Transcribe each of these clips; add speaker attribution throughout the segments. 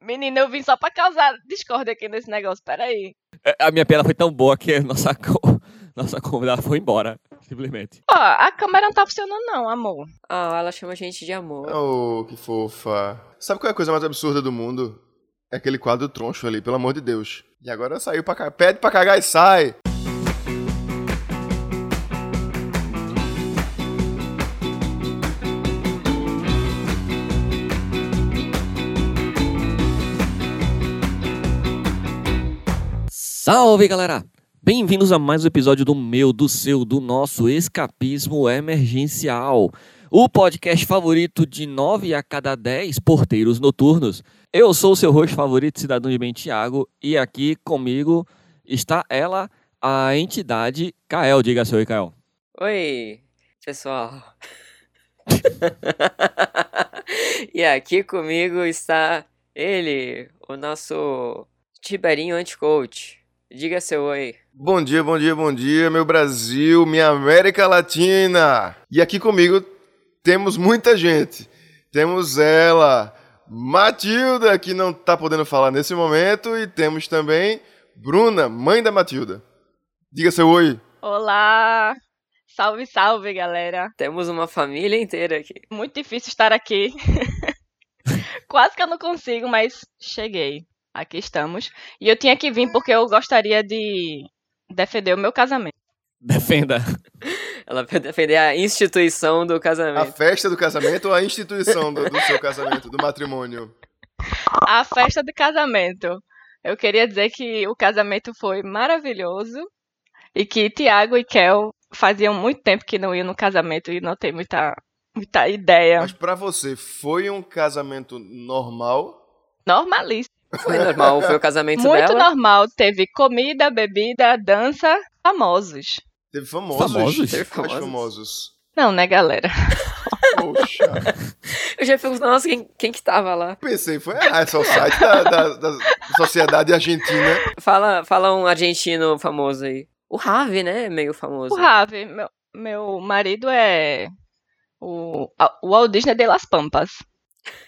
Speaker 1: Menina, eu vim só pra causar discórdia aqui nesse negócio, peraí.
Speaker 2: É, A minha piada foi tão boa que a nossa, co- nossa convidada foi embora, simplesmente.
Speaker 1: Ó, a câmera não tá funcionando não, amor.
Speaker 3: Ó, ela chama a gente de amor.
Speaker 4: Oh, que fofa. Sabe qual é a coisa mais absurda do mundo? É aquele quadro troncho ali, pelo amor de Deus. E agora saiu pra cagar. Pede pra cagar e sai!
Speaker 2: Salve, galera! Bem-vindos a mais um episódio do meu, do seu, do nosso Escapismo Emergencial. O podcast favorito de 9 a cada 10 porteiros noturnos. Eu sou o seu host favorito, cidadão de bem, Thiago, e aqui comigo está ela, a entidade Kael. Diga seu oi, Kael.
Speaker 3: Oi, pessoal. e aqui comigo está ele, o nosso Tiberinho Anticoach. Diga seu oi.
Speaker 4: Bom dia, bom dia, bom dia, meu Brasil, minha América Latina! E aqui comigo temos muita gente. Temos ela, Matilda, que não tá podendo falar nesse momento, e temos também Bruna, mãe da Matilda. Diga seu oi.
Speaker 1: Olá! Salve, salve, galera.
Speaker 3: Temos uma família inteira aqui.
Speaker 1: Muito difícil estar aqui. Quase que eu não consigo, mas cheguei. Aqui estamos. E eu tinha que vir porque eu gostaria de defender o meu casamento.
Speaker 2: Defenda.
Speaker 3: Ela vai defender a instituição do
Speaker 4: A
Speaker 3: casamento.
Speaker 4: festa do casamento ou a instituição do, do seu casamento, do matrimônio?
Speaker 1: A festa de casamento. Eu queria dizer que o casamento foi maravilhoso e que Tiago e Kel faziam muito tempo que não iam no casamento e não tem muita, muita ideia.
Speaker 4: Mas pra você, foi um casamento normal?
Speaker 1: Normalíssimo.
Speaker 3: Foi normal, foi o casamento
Speaker 1: Muito
Speaker 3: dela.
Speaker 1: normal. Teve comida, bebida, dança, famosos.
Speaker 4: Teve famosos.
Speaker 2: Famosos?
Speaker 4: Teve
Speaker 3: Teve
Speaker 4: famosos.
Speaker 3: famosos.
Speaker 4: famosos.
Speaker 1: Não, né, galera?
Speaker 4: Poxa.
Speaker 3: Eu já fico, nossa, quem, quem que tava lá?
Speaker 4: Pensei, foi ah, esse é o site da, da- da Sociedade Argentina.
Speaker 3: Fala, fala um argentino famoso aí. O Rave, né? é Meio famoso.
Speaker 1: O Rave, meu, meu marido é o, a- o Walt Disney de Las Pampas.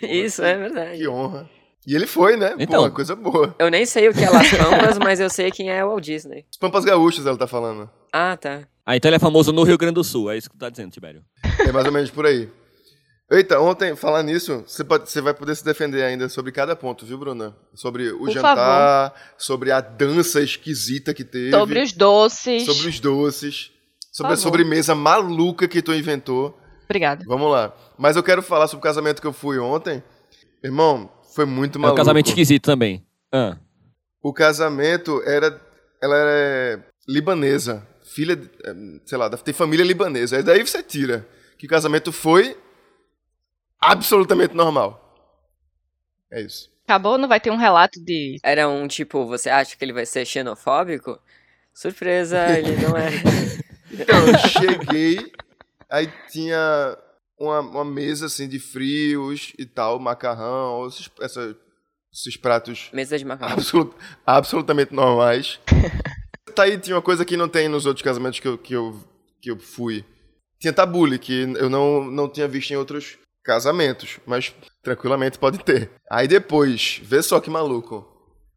Speaker 3: Isso, é verdade.
Speaker 4: Que honra. E ele foi, né?
Speaker 2: Então.
Speaker 4: Pô, coisa boa.
Speaker 3: Eu nem sei o que é Las Pampas, mas eu sei quem é o Walt Disney.
Speaker 4: Os Pampas Gaúchas, ela tá falando.
Speaker 3: Ah, tá.
Speaker 2: Ah, então ele é famoso no Rio Grande do Sul, é isso que tu tá dizendo, Tibério.
Speaker 4: É mais ou menos por aí. Eita, ontem, falar nisso, você, pode- você vai poder se defender ainda sobre cada ponto, viu, Bruna? Sobre o
Speaker 1: Por
Speaker 4: jantar, sobre a dança esquisita que teve.
Speaker 1: Sobre os doces.
Speaker 4: sobre os doces, sobre a
Speaker 1: Por favor.
Speaker 4: sobremesa maluca que tu inventou.
Speaker 1: Obrigada.
Speaker 4: Vamos lá. Mas eu quero falar sobre o casamento que eu fui ontem. Irmão, foi muito
Speaker 2: É um
Speaker 4: maluco.
Speaker 2: casamento esquisito também. Ah,
Speaker 4: O casamento era. Ela era libanesa. Filha. de- eh, Sei lá, deve ter família libanesa. Aí daí você tira que o casamento foi absolutamente normal. É isso.
Speaker 1: Acabou, não vai ter um relato de.
Speaker 3: Era um tipo, você acha que ele vai ser xenofóbico? Surpresa, ele não é.
Speaker 4: Então, eu cheguei, aí tinha uma, uma mesa assim de frios e tal, macarrão, esses, essa- esses pratos
Speaker 3: Mesa de macarrão.
Speaker 4: absolu- absolutamente normais. tá aí, tinha uma coisa que não tem nos outros casamentos que eu, que eu, que eu fui. Tinha tabule, que eu não, não tinha visto em outros casamentos, mas tranquilamente pode ter. Aí depois, vê só que maluco.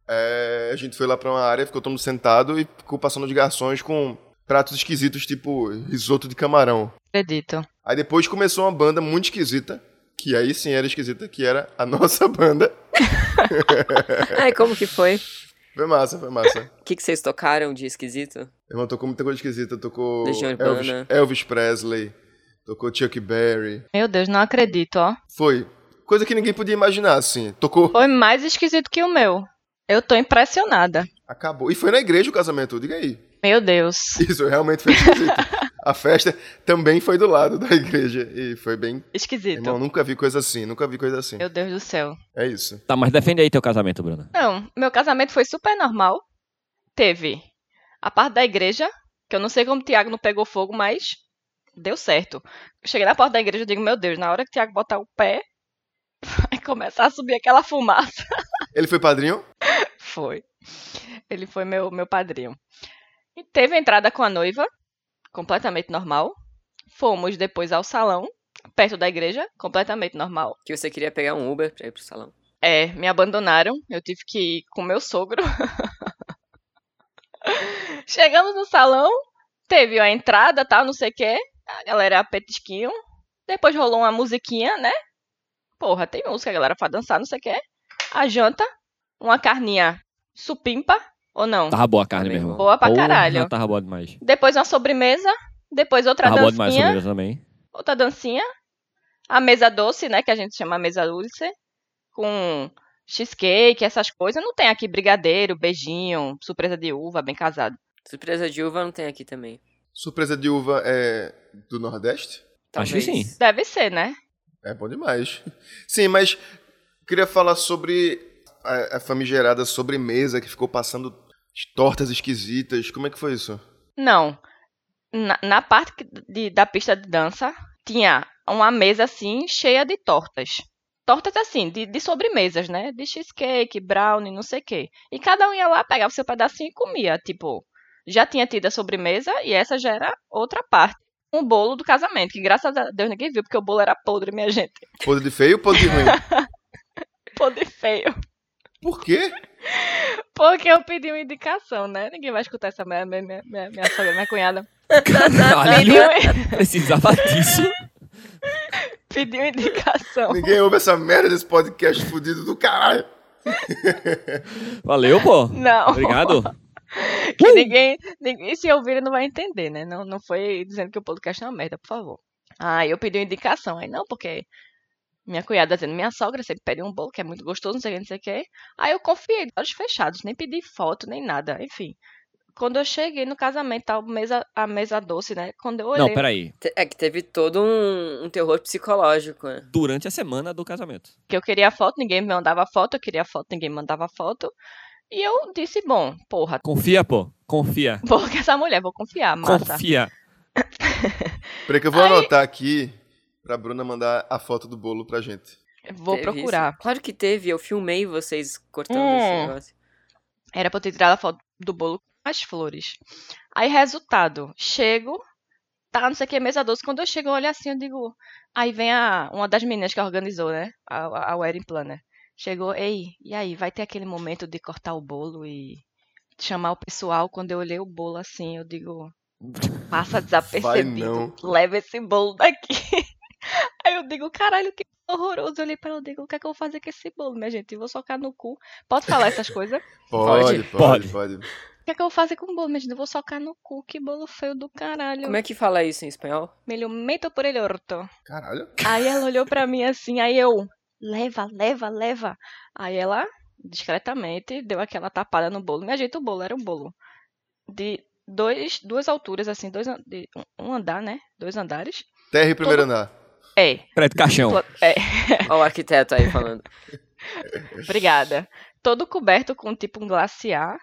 Speaker 4: É, a gente foi lá pra uma área, ficou todo mundo sentado e ficou passando de garçons com pratos esquisitos, tipo risoto de camarão.
Speaker 1: Acredito.
Speaker 4: Aí depois começou uma banda muito esquisita, que aí sim era esquisita, que era a nossa banda.
Speaker 3: Ai, como que foi?
Speaker 4: Foi massa, foi massa.
Speaker 3: O que, que vocês tocaram de esquisito?
Speaker 4: Irmão, tocou muita coisa esquisita. Tocou
Speaker 3: Legião
Speaker 4: Elvis,
Speaker 3: Urbana.
Speaker 4: Elvis Presley, tocou Chuck Berry.
Speaker 1: Meu Deus, não acredito, ó.
Speaker 4: Foi. Coisa que ninguém podia imaginar, assim. Tocou,
Speaker 1: Foi mais esquisito que o meu. Eu tô impressionada.
Speaker 4: acabou. E foi na igreja o casamento, diga aí.
Speaker 1: Meu Deus.
Speaker 4: Isso realmente foi esquisito. A festa também foi do lado da igreja. E foi bem.
Speaker 1: Esquisito.
Speaker 4: Irmão, nunca vi coisa assim, nunca vi coisa assim.
Speaker 1: Meu Deus do céu.
Speaker 4: É isso.
Speaker 2: tá, mas defende aí teu casamento, Bruna.
Speaker 1: Não, meu casamento foi super normal. Teve a parte da igreja, que eu não sei como o Tiago não pegou fogo, mas deu certo. Eu cheguei na porta da igreja e digo, meu Deus, na hora que o Tiago botar o pé, vai começar a subir aquela fumaça.
Speaker 4: Ele foi padrinho?
Speaker 1: Foi. Ele foi meu, meu padrinho. E teve a entrada com a noiva, completamente normal. Fomos depois ao salão, perto da igreja, completamente normal.
Speaker 3: Que você queria pegar um Uber pra ir pro salão.
Speaker 1: É, me abandonaram. Eu tive que ir com meu sogro. Chegamos no salão, teve a entrada, tal, não sei o quê. A galera petisquinho. Depois rolou uma musiquinha, né? Porra, tem música, a galera pra dançar, não sei o quê. A janta, uma carninha supimpa, ou não?
Speaker 2: Tava boa a carne,
Speaker 3: Também
Speaker 2: meu irmão.
Speaker 1: boa pra
Speaker 2: Porra,
Speaker 1: caralho.
Speaker 2: Tava boa demais.
Speaker 1: Depois uma sobremesa, depois outra
Speaker 2: Tava boa demais
Speaker 1: dancinha,
Speaker 2: sobre também.
Speaker 1: outra dancinha. A mesa doce, né, que a gente chama mesa dulce, com cheesecake, essas coisas. Não tem aqui brigadeiro, beijinho, surpresa de uva, bem casado.
Speaker 3: Surpresa de uva não tem aqui também.
Speaker 4: Surpresa de uva é do Nordeste?
Speaker 2: Acho que
Speaker 3: Talvez.
Speaker 2: sim.
Speaker 1: Deve ser, né?
Speaker 4: É bom demais. Sim, mas queria falar sobre a, a famigerada sobremesa que ficou passando tortas esquisitas. Como é que foi isso?
Speaker 1: Não. Na, na parte que- de- da pista de dança, tinha uma mesa assim, cheia de tortas. Tortas assim, de, de sobremesas, né? De cheesecake, brownie, não sei o quê. E cada um ia lá, pegava o seu pedacinho e comia. Tipo, já tinha tido a sobremesa e essa já era outra parte. Um bolo do casamento, que graças a Deus ninguém viu, porque o bolo era podre, minha gente.
Speaker 4: Podre de feio ou podre de ruim?
Speaker 1: Podre feio.
Speaker 4: Por quê?
Speaker 1: Porque eu pedi uma indicação, né? Ninguém vai escutar essa merda, minha, minha, minha, minha sogra, minha cunhada.
Speaker 2: Caralho,
Speaker 1: Pedi uma-
Speaker 2: precisava disso.
Speaker 1: pedi uma indicação.
Speaker 4: Ninguém ouve essa merda desse podcast fudido do caralho.
Speaker 2: Valeu, pô.
Speaker 1: Não.
Speaker 2: Obrigado.
Speaker 1: Que
Speaker 2: Uh!
Speaker 1: ninguém, ninguém, se ouvir, não vai entender, né? Não, não foi dizendo que o podcast é uma merda, por favor. Ah, eu pedi uma indicação. Aí não, porque minha cunhada tá dizendo, minha sogra sempre pede um bolo que é muito gostoso, não sei o que, não sei o que. Aí eu confiei, olhos fechados, nem pedi foto, nem nada, enfim. Quando eu cheguei no casamento, tal mesa, a mesa doce, né? Quando eu olhei.
Speaker 2: Não, peraí.
Speaker 3: Te- É que teve todo um, um terror psicológico, né?
Speaker 2: Durante a semana do casamento.
Speaker 1: que eu queria foto, ninguém me mandava foto, eu queria foto, ninguém me mandava foto. E eu disse, bom, porra,
Speaker 2: Confia, pô. Confia.
Speaker 1: porque essa mulher, vou confiar, massa.
Speaker 2: Confia.
Speaker 4: Peraí que eu vou
Speaker 1: Ai.
Speaker 4: anotar aqui pra Bruna mandar a foto do bolo pra gente.
Speaker 1: Vou
Speaker 3: Teve isso.
Speaker 1: procurar.
Speaker 3: Claro que teve, eu filmei vocês cortando
Speaker 1: Hum.
Speaker 3: esse negócio.
Speaker 1: Era pra eu ter tirado a foto do bolo com as flores. Aí, resultado, chego, tá, não sei o que, mesa doce. Quando eu chego, eu olho assim, eu digo. Aí vem a, uma das meninas que organizou, né? A, a- a Wedding Planner. Chegou, ei, e aí, vai ter aquele momento de cortar o bolo e chamar o pessoal. Quando eu olhei o bolo assim, eu digo, passa desapercebido.
Speaker 4: não.
Speaker 1: Leva esse bolo daqui. Aí eu digo, caralho, que horroroso. Eu olhei pra ela e digo, o que é que eu vou fazer com esse bolo, minha gente? Eu vou socar no cu. Pode falar essas coisas?
Speaker 4: Pode, pode,
Speaker 2: Pode.
Speaker 4: pode.
Speaker 1: O que é que eu vou fazer com o bolo? Mas eu vou socar no cu, que bolo feio do caralho.
Speaker 3: Como é que fala isso em espanhol?
Speaker 1: Me lo meto por el orto.
Speaker 4: Caralho.
Speaker 1: Aí ela olhou pra mim assim, aí eu, leva, leva, leva. Aí ela, discretamente, deu aquela tapada no bolo. Me ajeita o bolo, era um bolo. De dois, duas alturas, assim, dois, an- de um- um andar, né? Dois andares.
Speaker 4: Terra e primeiro andar.
Speaker 1: É,
Speaker 2: Prédio Caixão.
Speaker 1: pla- é,
Speaker 3: Olha o arquiteto aí falando.
Speaker 1: Obrigada. Todo coberto com tipo um glaciar.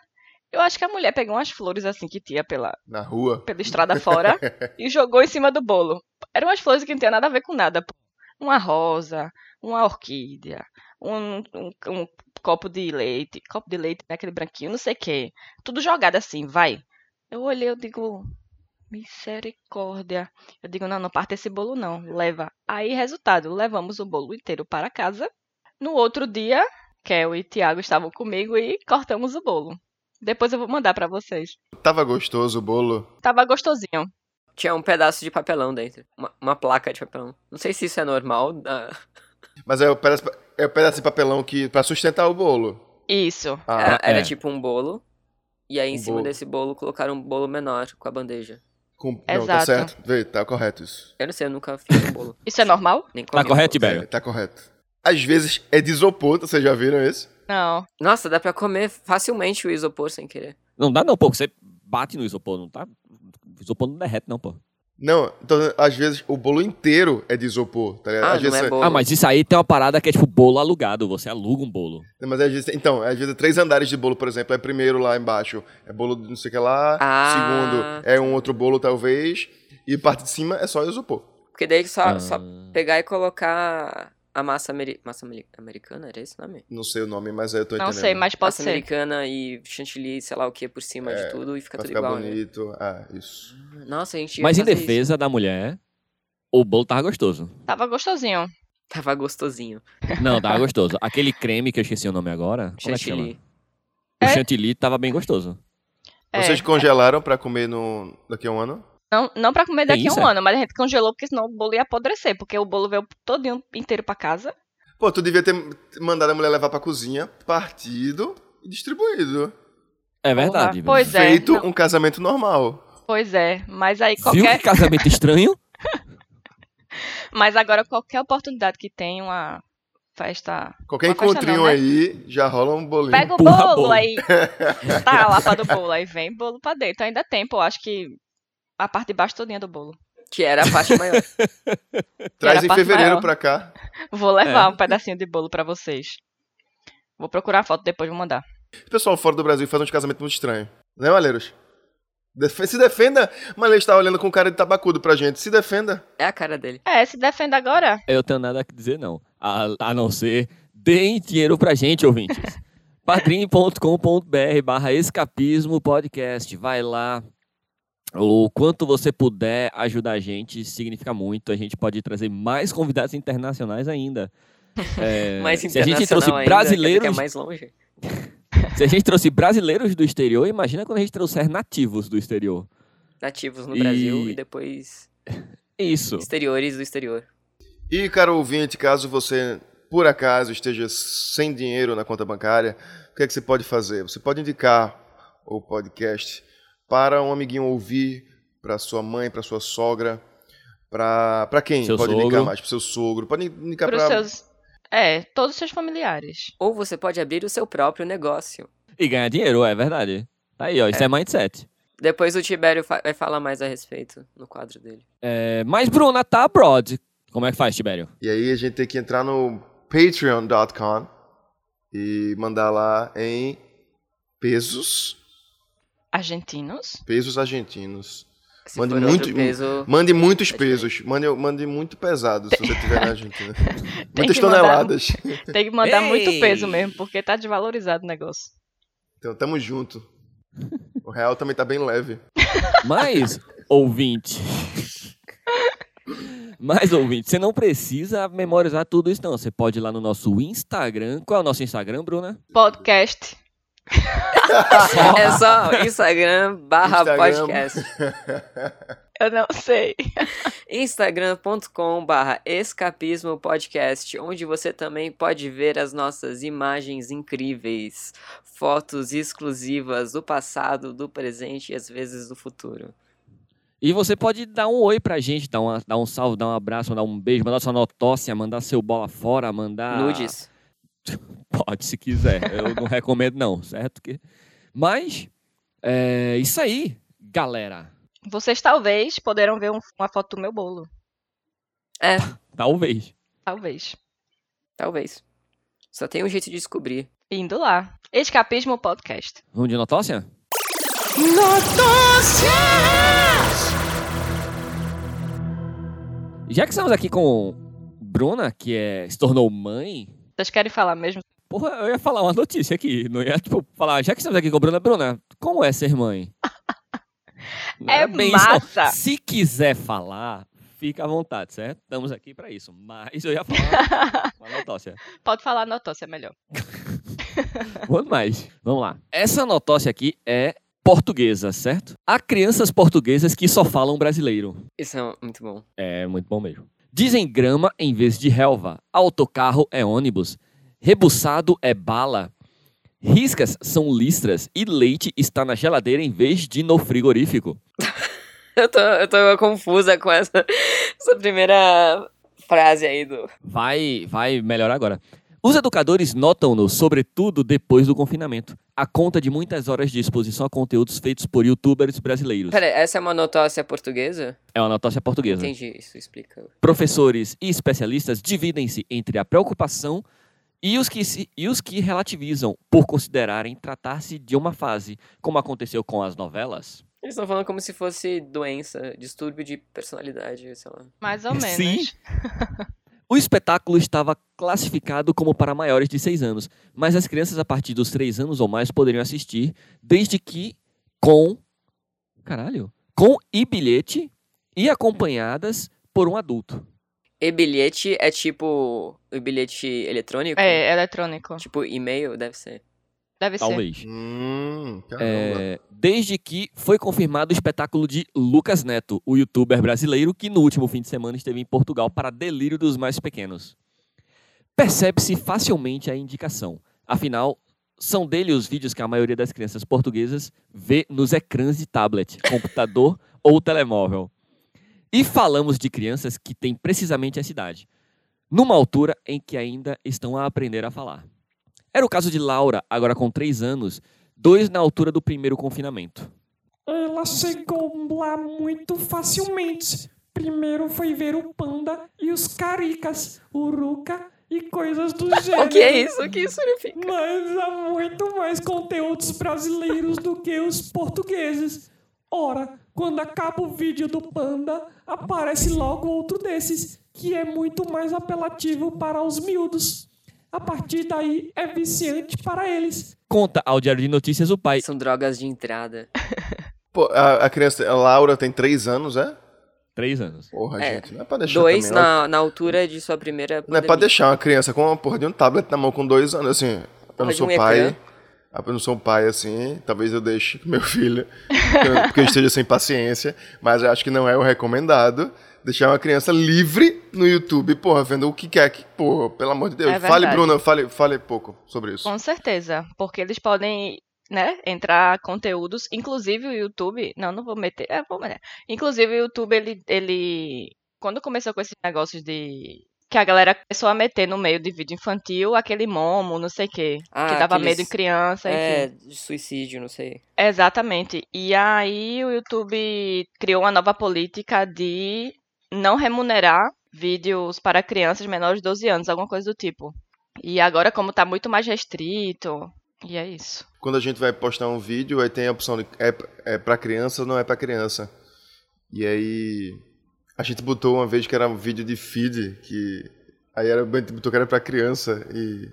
Speaker 1: Eu acho que a mulher pegou umas flores assim que tinha pela,
Speaker 4: Na rua.
Speaker 1: pela estrada fora e jogou em cima do bolo. Eram umas flores que não tinha nada a ver com nada. pô. Uma rosa, uma orquídea, um, um- um copo de leite, copo de leite, né, aquele branquinho, não sei o quê. Tudo jogado assim, vai. Eu olhei, eu digo, misericórdia. Eu digo, não, não parte esse bolo não, leva. Aí, resultado, levamos o bolo inteiro para casa. No outro dia, Kel e Tiago estavam comigo e cortamos o bolo. Depois eu vou mandar para vocês.
Speaker 4: Tava gostoso o bolo.
Speaker 1: Tava gostosinho.
Speaker 3: Tinha um pedaço de papelão dentro. Uma, uma placa de papelão. Não sei se isso é normal. ah,
Speaker 4: Mas é o pedaço, é o pedaço de papelão que, pra sustentar o bolo.
Speaker 1: Isso.
Speaker 4: Ah,
Speaker 3: era- era
Speaker 2: é.
Speaker 3: tipo um bolo. E aí em
Speaker 4: Um
Speaker 3: cima
Speaker 4: bolo.
Speaker 3: desse bolo colocaram um bolo menor com a bandeja.
Speaker 4: com- Não, tá
Speaker 1: Exato.
Speaker 4: certo. Vê, tá correto isso.
Speaker 3: Eu não sei, eu nunca fiz um bolo.
Speaker 1: Isso é normal?
Speaker 3: Nem comi
Speaker 2: Tá
Speaker 3: um
Speaker 2: correto,
Speaker 3: bolo.
Speaker 2: Tibério?
Speaker 4: É, tá correto. Às vezes é de isopor, vocês já viram esse?
Speaker 1: Não.
Speaker 3: Nossa, dá pra comer facilmente o isopor sem querer.
Speaker 2: Não dá não, pô. Você bate no isopor, não tá? O isopor não derrete, não, pô.
Speaker 4: Não, então, às vezes o bolo inteiro é de isopor, tá ligado?
Speaker 3: Ah,
Speaker 4: às
Speaker 3: não
Speaker 4: vezes,
Speaker 3: é bolo.
Speaker 2: Ah, mas isso aí tem uma parada que é tipo bolo alugado. Você aluga um bolo.
Speaker 4: Mas às vezes, então, às vezes é três andares de bolo, por exemplo. É primeiro lá embaixo, é bolo de não sei o que lá.
Speaker 3: Ah.
Speaker 4: Segundo, é um outro bolo, talvez. E parte de cima é só isopor.
Speaker 3: Porque daí só,
Speaker 1: Tá,
Speaker 2: Ah.
Speaker 3: só pegar e colocar a massa, ameri- massa ameri- americana, era esse o nome?
Speaker 4: Não sei o nome, mas eu tô
Speaker 1: Não
Speaker 4: entendendo.
Speaker 1: sei, mas pode
Speaker 3: massa
Speaker 1: ser.
Speaker 3: americana e chantilly, sei lá o que, por cima de tudo e fica
Speaker 4: É, Pra
Speaker 3: tudo
Speaker 4: ficar
Speaker 3: igual. né?
Speaker 4: bonito. Ah, isso.
Speaker 3: Nossa, a gente ia
Speaker 2: Mas em
Speaker 3: fazer isso.
Speaker 2: defesa da mulher, o bolo tava gostoso.
Speaker 1: Tava gostosinho.
Speaker 3: Tava gostosinho.
Speaker 2: Não, tava gostoso. Aquele creme que eu esqueci o nome agora. Como é que chama?
Speaker 3: Chantilly.
Speaker 2: O
Speaker 1: É.
Speaker 2: chantilly tava bem gostoso.
Speaker 1: É.
Speaker 4: Vocês congelaram pra comer no... daqui a um ano?
Speaker 1: Não, não pra comer
Speaker 2: Tem
Speaker 1: daqui a
Speaker 2: isso,
Speaker 1: um
Speaker 2: é?
Speaker 1: ano, mas a gente congelou porque senão o bolo ia apodrecer, porque o bolo veio todinho inteiro pra casa.
Speaker 4: Pô, tu devia ter mandado a mulher levar pra cozinha, partido e distribuído.
Speaker 2: É verdade.
Speaker 1: Porra.
Speaker 2: velho.
Speaker 1: Pois é,
Speaker 4: Feito
Speaker 1: não.
Speaker 4: um casamento normal.
Speaker 1: Pois é, mas aí
Speaker 2: Viu
Speaker 1: qualquer.
Speaker 2: que casamento estranho?
Speaker 1: Mas agora qualquer oportunidade que tem uma festa.
Speaker 4: Qualquer
Speaker 1: Uma festa
Speaker 4: encontrinho
Speaker 1: não, né?
Speaker 4: aí, já rola um bolinho.
Speaker 1: Pega o
Speaker 2: Empurra
Speaker 1: bolo,
Speaker 2: bolo.
Speaker 1: aí. Tá a lapa do bolo, aí vem bolo pra dentro. Ainda tem, pô, acho que a parte de baixo todinha do bolo.
Speaker 3: Que era a parte maior.
Speaker 4: Traz
Speaker 1: era a
Speaker 4: em
Speaker 1: parte
Speaker 4: fevereiro
Speaker 1: maior.
Speaker 4: pra cá.
Speaker 1: Vou levar
Speaker 2: É.
Speaker 1: um pedacinho de bolo pra vocês. Vou procurar a foto depois vou mandar.
Speaker 4: O pessoal fora do Brasil faz uns casamentos muito estranhos. Né, Maleiros? Defe- se defenda. Maleiros tá olhando com cara de tabacudo pra gente. Se defenda.
Speaker 3: É a cara dele.
Speaker 1: É, se defenda agora.
Speaker 2: Eu tenho nada a dizer, não. A, a não ser, deem dinheiro pra gente, ouvintes. padrim.com.br barra escapismo podcast. Vai lá. O quanto você puder ajudar a gente significa muito. A gente pode trazer mais convidados internacionais ainda. É,
Speaker 3: Mais
Speaker 2: se a gente
Speaker 3: internacional
Speaker 2: trouxe
Speaker 3: ainda,
Speaker 2: brasileiros,
Speaker 3: quer dizer que é mais longe.
Speaker 2: se a gente trouxe brasileiros do exterior, imagina quando a gente trouxer nativos do exterior.
Speaker 3: Nativos no
Speaker 2: E-
Speaker 3: Brasil e depois
Speaker 2: Isso.
Speaker 3: exteriores do exterior.
Speaker 4: E, caro ouvinte, caso você, por acaso, esteja sem dinheiro na conta bancária, o que é que você pode fazer? Você pode indicar o podcast para um amiguinho ouvir, para sua mãe, para sua sogra, para para quem?
Speaker 2: Seu
Speaker 4: pode indicar
Speaker 2: sogro.
Speaker 4: mais? Para seu sogro. Pode indicar
Speaker 1: Pros
Speaker 4: para...
Speaker 1: seus. É, todos os seus familiares.
Speaker 3: Ou você pode abrir o seu próprio negócio.
Speaker 2: E ganhar dinheiro, é verdade. Tá aí, ó. Isso é mindset.
Speaker 3: Depois o Tibério fa- vai falar mais a respeito no quadro dele.
Speaker 2: É, mas Bruna tá abroad. Como é que faz, Tibério?
Speaker 4: E aí a gente tem que entrar no patreon.com e mandar lá em pesos,
Speaker 1: Argentinos.
Speaker 4: pesos argentinos.
Speaker 3: Se
Speaker 4: Mande
Speaker 3: for
Speaker 4: muito- um.
Speaker 3: outro peso,
Speaker 4: Mande muitos
Speaker 3: É
Speaker 4: pesos, mande, mande muito pesado se você estiver na Argentina. Muitas
Speaker 1: que mandar-
Speaker 4: toneladas.
Speaker 1: Tem que mandar muito
Speaker 2: Ei!
Speaker 1: peso mesmo, porque tá desvalorizado o negócio.
Speaker 4: Então tamo junto. O real também tá bem leve.
Speaker 2: Mas, ouvinte. Mas, ouvinte, você não precisa memorizar tudo isso, não. Você pode ir lá no nosso Instagram. Qual é o nosso Instagram, Bruna?
Speaker 1: Podcast.
Speaker 3: é só Instagram barra
Speaker 4: Instagram.
Speaker 3: podcast.
Speaker 1: Eu não sei.
Speaker 3: Instagram.com barra escapismo podcast, onde você também pode ver as nossas imagens incríveis, fotos exclusivas do passado, do presente e às vezes do futuro.
Speaker 2: E você pode dar um oi pra gente, dar, uma- dar um salve, dar um abraço, mandar um beijo, mandar sua notócia, mandar seu bola fora,
Speaker 4: Ah.
Speaker 2: mandar.
Speaker 3: Nudes.
Speaker 2: Pode, se quiser. Eu não recomendo, não, certo? Que- Mas, é isso aí, galera.
Speaker 1: Vocês talvez poderão ver um- uma foto do meu bolo.
Speaker 2: Talvez.
Speaker 1: Talvez.
Speaker 3: Talvez. Só tem um jeito de descobrir.
Speaker 1: Indo lá. Escapismo Podcast.
Speaker 2: Vamos de notócia? Já que estamos aqui com Bruna, que é, se tornou mãe,
Speaker 1: Vocês querem falar mesmo?
Speaker 2: porra, eu ia falar uma notícia aqui. Não ia, tipo, falar, já que estamos aqui com Bruna, Bruna, como é ser mãe? Não
Speaker 1: É
Speaker 2: era isso, não.
Speaker 1: massa.
Speaker 2: Então, Se quiser falar, fica à vontade, certo? Estamos aqui para isso. Mas eu ia falar uma notócia.
Speaker 1: Pode falar notócia, é melhor.
Speaker 2: Bom demais. Vamos lá. Essa notócia aqui é portuguesa, certo? Há crianças portuguesas que só falam brasileiro.
Speaker 3: Isso é muito bom.
Speaker 2: É muito bom mesmo. Dizem grama em vez de relva. Autocarro é ônibus. Rebuçado é bala. Riscas são listras. E leite está na geladeira em vez de no frigorífico.
Speaker 3: Eu tô, eu tô confusa com essa, essa primeira frase aí do.
Speaker 2: Vai, vai melhorar agora. Os educadores notam-no, sobretudo depois do confinamento, a conta de muitas horas de exposição a conteúdos feitos por youtubers brasileiros.
Speaker 3: Pera, essa é uma notócia portuguesa?
Speaker 2: É uma notócia portuguesa.
Speaker 3: Entendi, isso explica.
Speaker 2: Professores e especialistas dividem-se entre a preocupação e os que, se- e os que relativizam, por considerarem tratar-se de uma fase, como aconteceu com as novelas.
Speaker 3: Eles estão falando como se fosse doença, distúrbio de personalidade, sei lá.
Speaker 1: Mais ou menos.
Speaker 2: Sim. O espetáculo estava classificado como para maiores de 6 anos, mas as crianças a partir dos 3 anos ou mais poderiam assistir, desde que com. Caralho! Com e bilhete e acompanhadas por um adulto.
Speaker 3: E-bilhete é tipo. O bilhete eletrônico?
Speaker 1: É, eletrônico.
Speaker 3: Tipo e-mail, deve ser.
Speaker 1: Deve ser.
Speaker 2: Talvez.
Speaker 4: Hum, caramba.
Speaker 2: É, desde que foi confirmado o espetáculo de Lucas Neto, o youtuber brasileiro que no último fim de semana esteve em Portugal para delírio dos mais pequenos. Percebe-se facilmente a indicação. Afinal, são dele os vídeos que a maioria das crianças portuguesas vê nos ecrãs de tablet, computador ou telemóvel. E falamos de crianças que têm precisamente essa idade, numa altura em que ainda estão a aprender a falar. Era o caso de Laura, agora com 3 anos, dois na altura do primeiro confinamento.
Speaker 5: Ela chegou lá muito facilmente. Primeiro foi ver o panda e os caricas, uruca e coisas do gênero.
Speaker 3: O que é isso? O que isso significa?
Speaker 5: Mas há muito mais conteúdos brasileiros do que os portugueses. Ora, quando acaba o vídeo do panda, aparece logo outro desses, que é muito mais apelativo para os miúdos. A partir daí é viciante para eles.
Speaker 2: Conta ao Diário de Notícias o pai.
Speaker 3: São drogas de entrada.
Speaker 4: Pô, a, a criança, a Laura tem três anos, é?
Speaker 2: 3 anos.
Speaker 4: Porra,
Speaker 3: É.
Speaker 4: gente, não é pra deixar
Speaker 3: Dois
Speaker 4: também,
Speaker 3: na, na altura de sua primeira.
Speaker 4: Não é pra
Speaker 3: pandemia.
Speaker 4: deixar uma criança com uma porra de um tablet na mão com dois anos, assim. Eu
Speaker 3: Porra
Speaker 4: não
Speaker 3: de
Speaker 4: sou
Speaker 3: um
Speaker 4: pai.
Speaker 3: ecrã.
Speaker 4: Eu não sou um pai, assim. Talvez eu deixe com meu filho, porque eu- porque eu esteja sem paciência. Mas eu acho que não é o recomendado. Deixar uma criança livre no YouTube, porra, vendo o que quer que, porra, pelo amor de Deus.
Speaker 1: É
Speaker 4: fale,
Speaker 1: verdade.
Speaker 4: Bruna, fale, fale pouco sobre isso.
Speaker 1: Com certeza, porque eles podem, né, entrar conteúdos, inclusive o YouTube, não, não vou meter, é, vou meter. Inclusive o YouTube, ele, ele, quando começou com esses negócios de, que a galera começou a meter no meio de vídeo infantil, aquele momo, não sei o quê,
Speaker 3: Ah,
Speaker 1: que dava
Speaker 3: aqueles-
Speaker 1: medo em criança, enfim.
Speaker 3: É, de suicídio, não sei.
Speaker 1: Exatamente, e aí o YouTube criou uma nova política de não remunerar vídeos para crianças menores de 12 anos, alguma coisa do tipo. E agora, como tá muito mais restrito, e é isso.
Speaker 4: Quando a gente vai postar um vídeo, aí tem a opção de é, é pra criança ou não é pra criança. E aí. A gente botou uma vez que era um vídeo de feed, que. Aí era, a gente botou que era pra criança e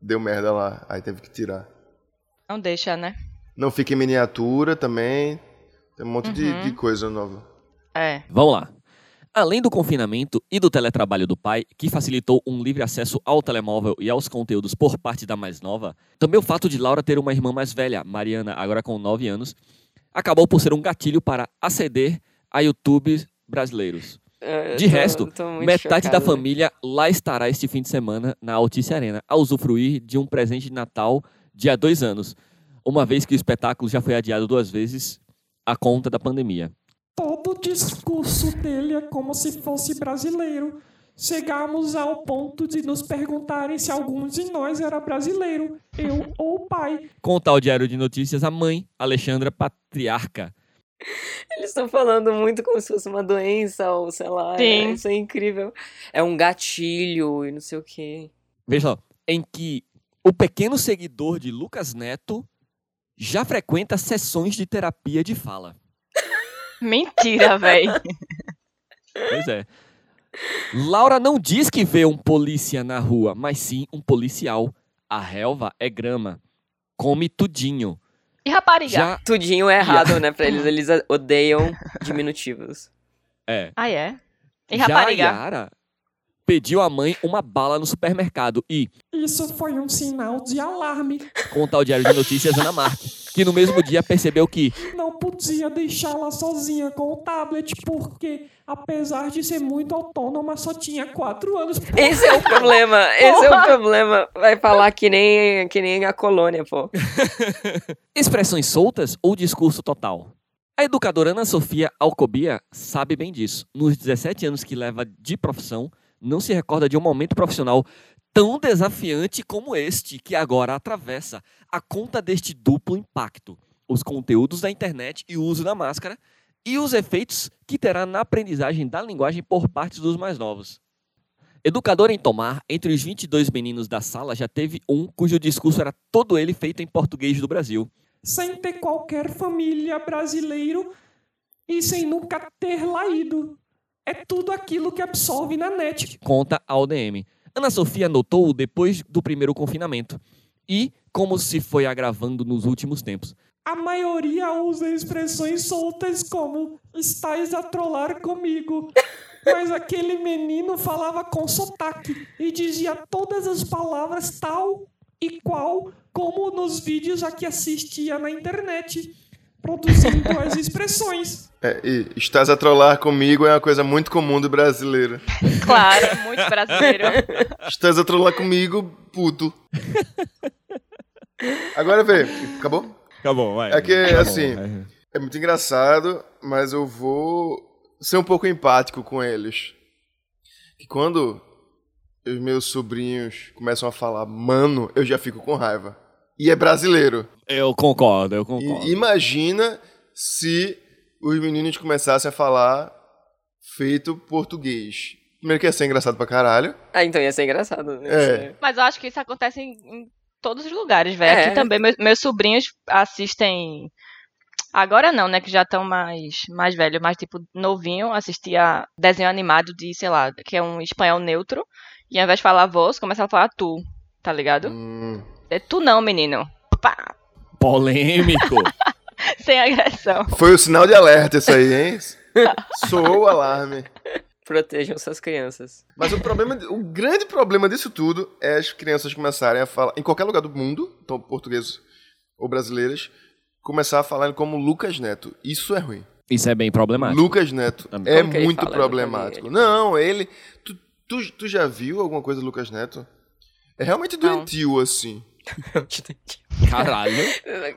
Speaker 4: deu merda lá. Aí teve que tirar.
Speaker 1: Não deixa, né?
Speaker 4: Não fica em miniatura também. Tem um monte de, de coisa nova.
Speaker 1: É.
Speaker 2: Vamos lá. Além do confinamento e do teletrabalho do pai, que facilitou um livre acesso ao telemóvel e aos conteúdos por parte da mais nova, também o fato de Laura ter uma irmã mais velha, Mariana, agora com 9 anos, acabou por ser um gatilho para aceder a YouTube brasileiros.
Speaker 3: É, eu
Speaker 2: De
Speaker 3: tô-
Speaker 2: resto,
Speaker 3: tô muito
Speaker 2: Metade da
Speaker 3: chocado. né?
Speaker 2: família lá estará este fim de semana na Altice Arena, a usufruir de um presente de Natal de há dois anos, uma vez que o espetáculo já foi adiado duas vezes à conta da pandemia.
Speaker 5: Todo o discurso dele é como se fosse brasileiro. Chegamos ao ponto de nos perguntarem se algum de nós era brasileiro, eu ou o pai.
Speaker 2: Conta ao Diário de Notícias a mãe, Alexandra Patriarca.
Speaker 3: Eles estão falando muito como se fosse uma doença ou sei lá. é-
Speaker 1: Sim.
Speaker 3: isso é incrível. É um gatilho e não sei o quê.
Speaker 2: Veja só, em que o pequeno seguidor de Lucas Neto já frequenta sessões de terapia de fala.
Speaker 1: Mentira, véi.
Speaker 2: Pois é. Laura não diz que vê um polícia na rua, mas sim um policial. A relva é grama. Come tudinho.
Speaker 1: E rapariga?
Speaker 2: Já.
Speaker 3: Tudinho é errado, né, pra eles. Eles a- odeiam diminutivos.
Speaker 2: É.
Speaker 1: Ah, é? E
Speaker 2: já a
Speaker 1: rapariga?
Speaker 2: Yara pediu à mãe uma bala no supermercado e,
Speaker 5: Isso foi um sinal de alarme.
Speaker 2: conta ao Diário de Notícias Ana Marques, que no mesmo dia percebeu que
Speaker 5: Não podia deixá-la sozinha com o tablet, porque, apesar de ser muito autônoma, só tinha 4 anos.
Speaker 3: Esse é o problema. Esse é o problema. Vai falar que nem, que nem a colônia, pô.
Speaker 2: Expressões soltas ou discurso total? A educadora Ana Sofia Alcobia sabe bem disso. Nos 17 anos que leva de profissão, não se recorda de um momento profissional tão desafiante como este, que agora atravessa a conta deste duplo impacto: os conteúdos da internet e o uso da máscara, e os efeitos que terá na aprendizagem da linguagem por parte dos mais novos. Educadora em Tomar, entre os 22 meninos da sala, já teve um cujo discurso era todo ele feito em português do Brasil.
Speaker 5: sem ter qualquer família brasileiro e sem nunca ter laído. É tudo aquilo que absorve na net.
Speaker 2: conta ao DM. Ana Sofia notou depois do primeiro confinamento e como se foi agravando nos últimos tempos.
Speaker 5: A maioria usa expressões soltas como estáis a trollar comigo. Mas aquele menino falava com sotaque e dizia todas as palavras tal e qual como nos vídeos a que assistia na internet, produzindo as expressões.
Speaker 4: É, e estás a trollar comigo é uma coisa muito comum do brasileiro.
Speaker 1: Claro, é muito brasileiro.
Speaker 4: Estás a trollar comigo, puto. Agora vê, acabou?
Speaker 2: Acabou, vai.
Speaker 4: É que,
Speaker 2: Acabou,
Speaker 4: assim,
Speaker 2: vai.
Speaker 4: É muito engraçado, mas eu vou ser um pouco empático com eles. Que quando os meus sobrinhos começam a falar mano, eu já fico com raiva. E é brasileiro.
Speaker 2: Eu concordo, eu
Speaker 4: E
Speaker 2: concordo.
Speaker 4: imagina se os meninos começassem a falar feito português. Primeiro que ia ser engraçado pra caralho.
Speaker 3: Ah, então ia ser engraçado, né?
Speaker 4: É.
Speaker 1: Mas eu acho que isso acontece em, em todos os lugares, velho.
Speaker 3: É.
Speaker 1: Aqui também, meus, meus sobrinhos assistem. Agora não, né? Que já estão mais, mais velhos, mas tipo, novinho, assistia desenho animado de, sei lá, que é um espanhol neutro. E ao invés de falar voz, começa a falar tu, tá ligado?
Speaker 4: Hum,
Speaker 1: É tu não, menino. Pá,
Speaker 2: Polêmico.
Speaker 1: sem agressão.
Speaker 4: Foi o sinal de alerta isso aí, hein? Soou o alarme.
Speaker 3: Protejam suas crianças.
Speaker 4: Mas o problema, o grande problema disso tudo é as crianças começarem a falar, em qualquer lugar do mundo, então portugueses ou brasileiras, começar a falar como Lucas Neto. Isso é ruim.
Speaker 2: Isso é bem problemático.
Speaker 4: Lucas Neto
Speaker 2: Como
Speaker 4: é
Speaker 3: que ele fala? Eu
Speaker 4: muito
Speaker 3: nunca vi
Speaker 4: problemático.
Speaker 3: ele.
Speaker 4: Não, ele. Tu, tu, tu já viu alguma coisa do Lucas Neto? É realmente
Speaker 1: Não.
Speaker 4: doentio, assim.
Speaker 2: Caralho.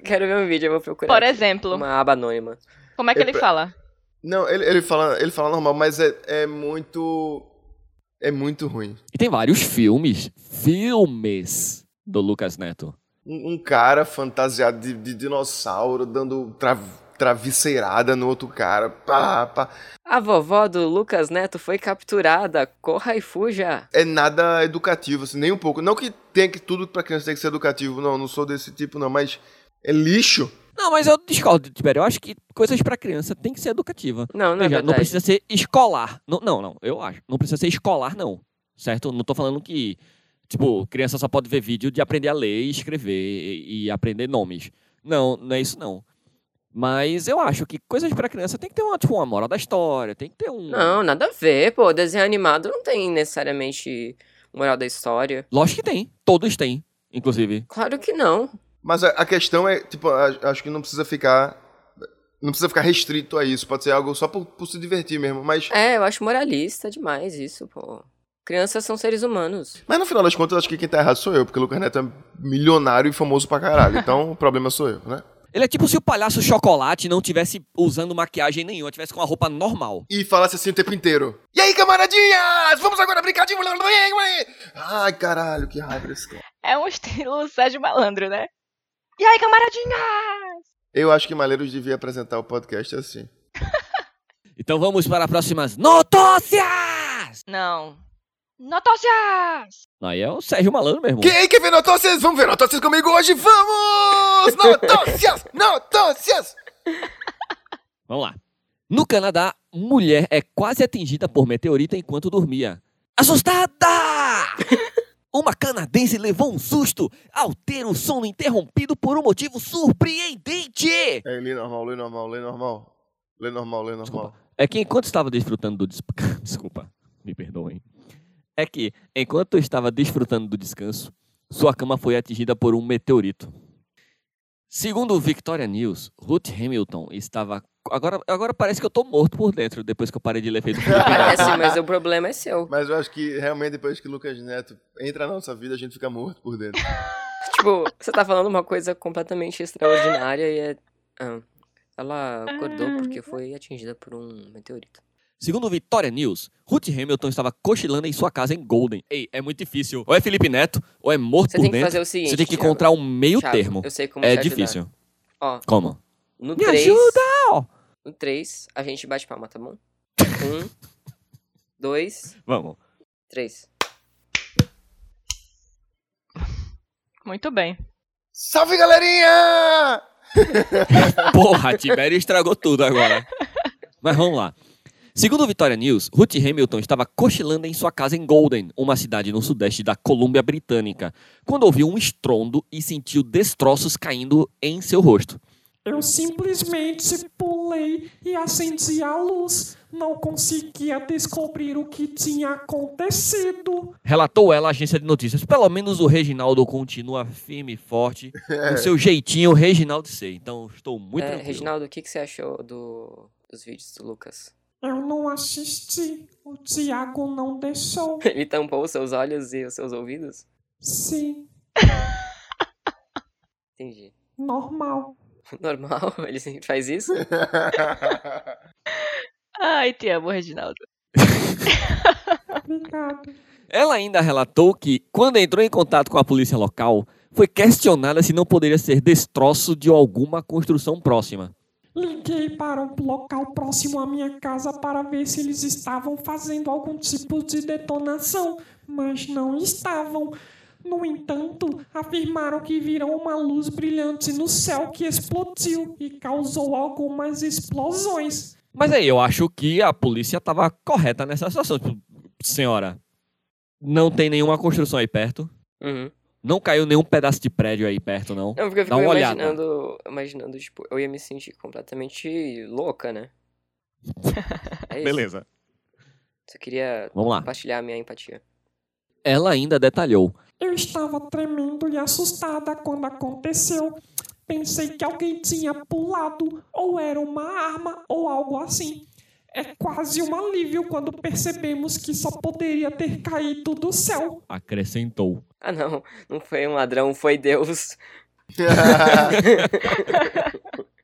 Speaker 3: Quero ver um vídeo, eu vou procurar.
Speaker 1: Por
Speaker 3: aqui.
Speaker 1: exemplo,
Speaker 3: Uma aba anônima.
Speaker 1: como é que ele
Speaker 4: Epa.
Speaker 1: fala?
Speaker 4: Não, ele, ele, fala, ele fala normal, mas é, é muito. É muito ruim.
Speaker 2: E tem vários filmes. Filmes do Lucas Neto.
Speaker 4: Um, um cara fantasiado de, de dinossauro dando tra, travesseirada no outro cara. Pá, pá.
Speaker 3: A vovó do Lucas Neto foi capturada. Corra e fuja.
Speaker 4: É nada educativo, assim, nem um pouco. Não que tenha que tudo pra criança tem que ser educativo, não, não sou desse tipo, não, mas é lixo.
Speaker 2: Não, mas eu discordo, Tibério. Eu acho que coisas pra criança tem que ser educativa.
Speaker 3: Não, não
Speaker 2: Veja,
Speaker 3: é verdade.
Speaker 2: não precisa ser escolar. Não, não, não, eu acho. Não precisa ser escolar, não. Certo? Não tô falando que, tipo, criança só pode ver vídeo de aprender a ler e escrever e, e aprender nomes. Não, não é isso, não. Mas eu acho que coisas pra criança tem que ter uma, tipo, uma moral da história, tem que ter um.
Speaker 3: Não, nada a ver, pô. Desenho animado não tem necessariamente moral da história.
Speaker 2: Lógico que tem. Todos têm, inclusive.
Speaker 3: Claro que não.
Speaker 4: Mas a, a questão é, tipo, a- acho que não precisa ficar. Não precisa ficar restrito a isso. Pode ser algo só por, por se divertir mesmo. Mas,
Speaker 3: É, eu acho moralista demais isso, pô. Crianças são seres humanos.
Speaker 4: mas no final das contas, acho que quem tá errado sou eu, porque o Lucas Neto é milionário e famoso pra caralho. Então o problema sou eu, né?
Speaker 2: Ele é tipo se o palhaço chocolate não tivesse usando maquiagem nenhuma, tivesse com uma roupa normal.
Speaker 4: e falasse assim o tempo inteiro. E aí, camaradinhas? Vamos agora brincar de... Ai, caralho, que raiva desse cara.
Speaker 1: É um estilo Sérgio Malandro, né? E aí, camaradinha?
Speaker 4: Eu acho que Malheiros devia apresentar o podcast assim.
Speaker 2: Então vamos para as próximas notócias!
Speaker 1: Não. Notócias!
Speaker 2: Aí é o Sérgio Malandro, meu irmão.
Speaker 4: Quem quer ver notócias? Vamos ver notócias comigo hoje? Vamos! Notócias! Notócias!
Speaker 2: Vamos lá. No Canadá, mulher é quase atingida por meteorito enquanto dormia. Assustada! Uma canadense levou um susto ao ter o sono interrompido por um motivo surpreendente.
Speaker 4: É, lê normal, lê normal, lê normal. Lê normal, lê normal.
Speaker 2: É que enquanto estava desfrutando do des... desculpa, me perdoem. É que enquanto eu estava desfrutando do descanso, sua cama foi atingida por um meteorito. Segundo o Victoria News, Ruth Hamilton estava agora agora parece que eu tô morto por dentro depois que eu parei de ler feito.
Speaker 3: Parece, mas o problema é seu.
Speaker 4: Mas eu acho que realmente depois que Lucas Neto entra na nossa vida, a gente fica morto por dentro.
Speaker 3: Tipo, você tá falando uma coisa completamente extraordinária e é. Ah, ela acordou porque foi atingida por um meteorito.
Speaker 2: Segundo o Victoria News, Ruth Hamilton estava cochilando em sua casa em Golden. Ei, é muito difícil. Ou é Felipe Neto, ou é morto
Speaker 3: Você
Speaker 2: por
Speaker 3: tem que
Speaker 2: dentro.
Speaker 3: fazer o seguinte.
Speaker 2: Você tem que
Speaker 3: Thiago.
Speaker 2: encontrar um meio
Speaker 3: Thiago,
Speaker 2: termo.
Speaker 3: Eu sei como
Speaker 2: É
Speaker 3: te ajudar.
Speaker 2: difícil.
Speaker 3: Ó,
Speaker 2: Como?
Speaker 3: no
Speaker 2: Me
Speaker 3: 3.
Speaker 2: ajuda!
Speaker 3: No 3, a gente bate palma, tá bom? 1, 2,
Speaker 2: Vamos.
Speaker 3: 3.
Speaker 1: Muito bem.
Speaker 4: Salve, galerinha!
Speaker 2: Porra, Tibério estragou tudo agora. Mas vamos lá. Segundo o Vitória News, Ruth Hamilton estava cochilando em sua casa em Golden, uma cidade no sudeste da Colômbia Britânica, quando ouviu um estrondo e sentiu destroços caindo em seu rosto.
Speaker 5: Eu simplesmente pulei e acendi a luz. Não conseguia descobrir o que tinha acontecido.
Speaker 2: Relatou ela à agência de notícias. Pelo menos o Reginaldo continua firme e forte.
Speaker 4: É.
Speaker 2: O seu jeitinho, Reginaldo de ser. Então, estou muito
Speaker 3: É,
Speaker 2: tranquilo.
Speaker 3: Reginaldo, o que, que você achou do- dos vídeos do Lucas?
Speaker 5: Eu não assisti. O Tiago não deixou.
Speaker 3: Ele tampou os seus olhos e os seus ouvidos?
Speaker 5: Sim,
Speaker 3: Entendi.
Speaker 5: normal.
Speaker 3: Normal, ele sempre faz isso?
Speaker 1: Ai, te amo, Reginaldo.
Speaker 5: Obrigado.
Speaker 2: Ela ainda relatou que, quando entrou em contato com a polícia local, foi questionada se não poderia ser destroço de alguma construção próxima.
Speaker 5: Liguei para um local próximo à minha casa para ver se eles estavam fazendo algum tipo de detonação, mas não estavam. No entanto, afirmaram que viram uma luz brilhante no céu que explodiu e causou algumas explosões.
Speaker 2: Mas aí, eu acho que a polícia estava correta nessa situação. Tipo, senhora, não tem nenhuma construção aí perto.
Speaker 3: Uhum.
Speaker 2: Não caiu nenhum pedaço de prédio aí perto, não.
Speaker 1: É
Speaker 3: Não, porque eu
Speaker 2: Dá
Speaker 3: fico
Speaker 2: uma olhada.
Speaker 3: imaginando, imaginando, tipo, eu ia me sentir completamente louca, né? É isso.
Speaker 2: Beleza.
Speaker 3: Só queria
Speaker 2: Vamos lá.
Speaker 3: compartilhar a minha empatia.
Speaker 2: Ela ainda detalhou.
Speaker 5: Eu estava tremendo e assustada quando aconteceu. Pensei que alguém tinha pulado, ou era uma arma, ou algo assim. É quase um alívio quando percebemos que só poderia ter caído do céu.
Speaker 2: Acrescentou.
Speaker 3: Ah, não, não foi um ladrão, foi Deus.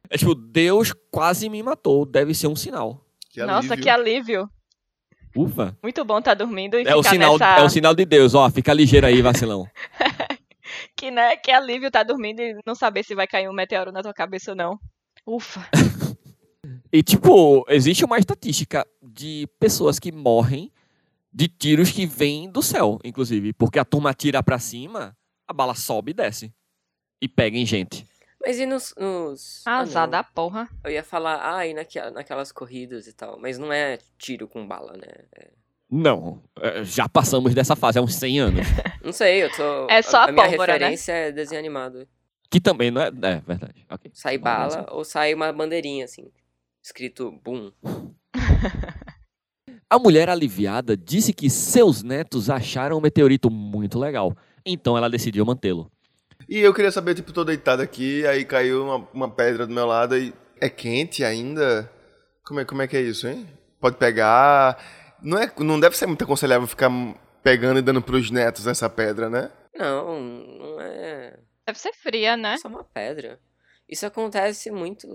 Speaker 2: É tipo, Deus quase me matou. Deve ser um sinal.
Speaker 4: Que
Speaker 1: Nossa,
Speaker 4: alívio.
Speaker 1: que alívio.
Speaker 2: Ufa.
Speaker 1: Muito bom tá dormindo e
Speaker 2: É o,
Speaker 1: ficar
Speaker 2: sinal,
Speaker 1: nessa...
Speaker 2: é o sinal de Deus, ó. Fica ligeiro aí, vacilão.
Speaker 1: Que, né, que alívio tá dormindo e não saber se vai cair um meteoro na tua cabeça ou não. Ufa.
Speaker 2: E, tipo, existe uma estatística de pessoas que morrem de tiros que vêm do céu, inclusive. Porque a turma tira pra cima, a bala sobe e desce. E pega em gente.
Speaker 3: Mas e nos. nos... ah,
Speaker 1: Azar
Speaker 3: não.
Speaker 1: da porra.
Speaker 3: Eu ia falar, ah, e naquela- naquelas corridas e tal. Mas não é tiro com bala, né? É-
Speaker 2: Não. é, Já passamos dessa fase há uns 100 anos.
Speaker 3: Não sei, eu tô.
Speaker 1: É só a
Speaker 3: minha
Speaker 1: pólvora, né?
Speaker 3: referência é desenho animado.
Speaker 2: Que também não é. É verdade. Ok.
Speaker 3: Sai
Speaker 2: Beleza.
Speaker 3: bala ou sai uma bandeirinha, assim. Escrito boom.
Speaker 2: A mulher aliviada disse que seus netos acharam o meteorito muito legal, então ela decidiu mantê-lo.
Speaker 4: E eu queria saber, tipo, tô deitado aqui, aí caiu uma, uma pedra do meu lado e é quente ainda? Como é, como é que é isso, hein? Pode pegar. Não, é, não deve ser muito aconselhável ficar pegando e dando pros netos essa pedra, né?
Speaker 3: Não, não é.
Speaker 1: Deve ser fria, né?
Speaker 3: É só uma pedra. Isso acontece muito.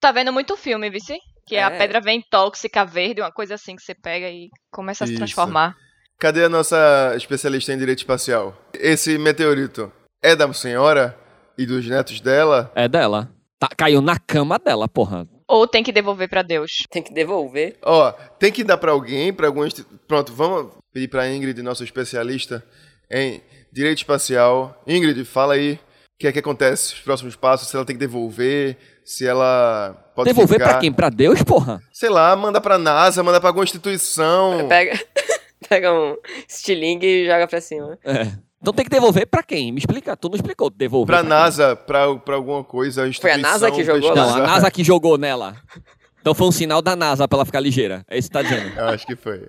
Speaker 1: Tá vendo muito filme, Vici? Que a
Speaker 3: É.
Speaker 1: pedra vem tóxica, verde, uma coisa assim que você pega e começa a se
Speaker 4: Isso.
Speaker 1: transformar.
Speaker 4: Cadê a nossa especialista em direito espacial? Esse meteorito é da senhora e dos netos dela?
Speaker 2: É dela. Tá- caiu na cama dela, porra.
Speaker 1: Ou tem que devolver pra Deus.
Speaker 3: Tem que devolver.
Speaker 4: Ó, tem que dar pra alguém, pra algum. insti- Pronto, vamos pedir pra Ingrid, nossa especialista em direito espacial. Ingrid, fala aí o que é que acontece, os próximos passos, se ela tem que devolver, se ela pode
Speaker 2: Devolver
Speaker 4: ficar.
Speaker 2: pra quem? Pra Deus, porra?
Speaker 4: Sei lá, manda pra NASA, manda pra alguma instituição.
Speaker 3: Pega. Pega um estilingue e joga pra cima.
Speaker 2: É. Então tem que devolver pra quem? Me explica, tu não explicou. Devolver.
Speaker 4: Pra
Speaker 2: quem?
Speaker 4: NASA, pra, pra alguma coisa, instituição.
Speaker 3: NASA que jogou lá?
Speaker 2: Não, a NASA que jogou nela. Então foi um sinal da NASA pra ela ficar ligeira. É isso que tá dizendo.
Speaker 4: Eu acho que foi.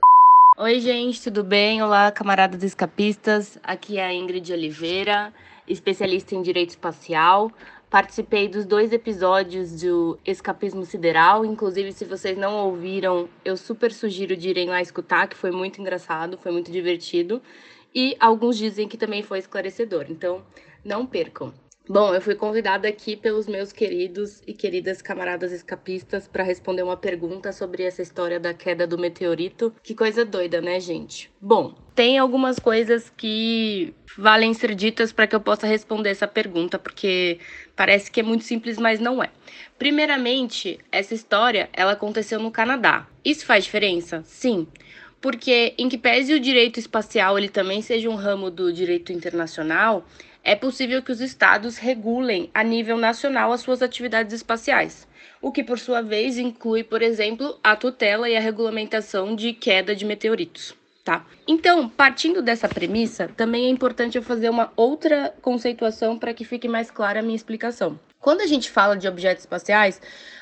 Speaker 6: Oi, gente, tudo bem? Olá, camaradas escapistas. Aqui é a Ingrid Oliveira, especialista em direito espacial. Participei dos dois episódios do Escapismo Sideral. Inclusive, se vocês não ouviram, eu super sugiro de irem lá escutar, que foi muito engraçado, foi muito divertido. E alguns dizem que também foi esclarecedor, então não percam. Bom, eu fui convidada aqui pelos meus queridos e queridas camaradas escapistas para responder uma pergunta sobre essa história da queda do meteorito. Que coisa doida, né, gente? Bom, tem algumas coisas que valem ser ditas para que eu possa responder essa pergunta, porque parece que é muito simples, mas não é. Primeiramente, essa história, ela aconteceu no Canadá. Isso faz diferença? Sim, porque em que pese o direito espacial ele também seja um ramo do direito internacional, é possível que os estados regulem a nível nacional as suas atividades espaciais, o que por sua vez inclui, por exemplo, a tutela e a regulamentação de queda de meteoritos. Tá. Então, partindo dessa premissa, também é importante eu fazer uma outra conceituação para que fique mais clara a minha explicação. Quando a gente fala de objetos espaciais,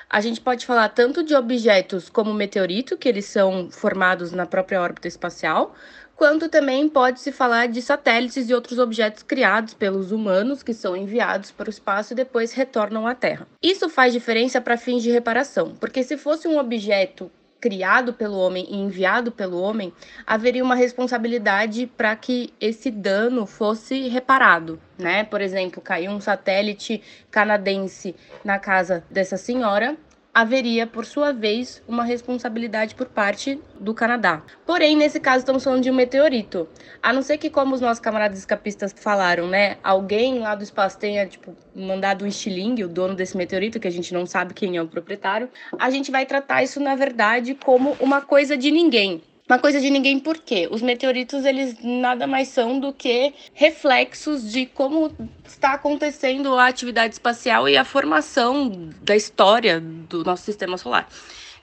Speaker 6: a gente pode falar tanto de objetos como o meteorito, que eles são formados na própria órbita espacial, quanto também pode-se falar de satélites e outros objetos criados pelos humanos que são enviados para o espaço e depois retornam à Terra. Isso faz diferença para fins de reparação, porque se fosse um objeto criado pelo homem e enviado pelo homem, haveria uma responsabilidade para que esse dano fosse reparado, né? Por exemplo, caiu um satélite canadense na casa dessa senhora, haveria, por sua vez, uma responsabilidade por parte do Canadá. Porém, nesse caso, estamos falando de um meteorito. A não ser que, como os nossos camaradas escapistas falaram, né? Alguém lá do espaço tenha, tipo, mandado um estilingue, o dono desse meteorito, que a gente não sabe quem é o proprietário. A gente vai tratar isso, na verdade, como uma coisa de ninguém. Uma coisa de ninguém por quê? Os meteoritos, eles nada mais são do que reflexos de como está acontecendo a atividade espacial e a formação da história do nosso sistema solar.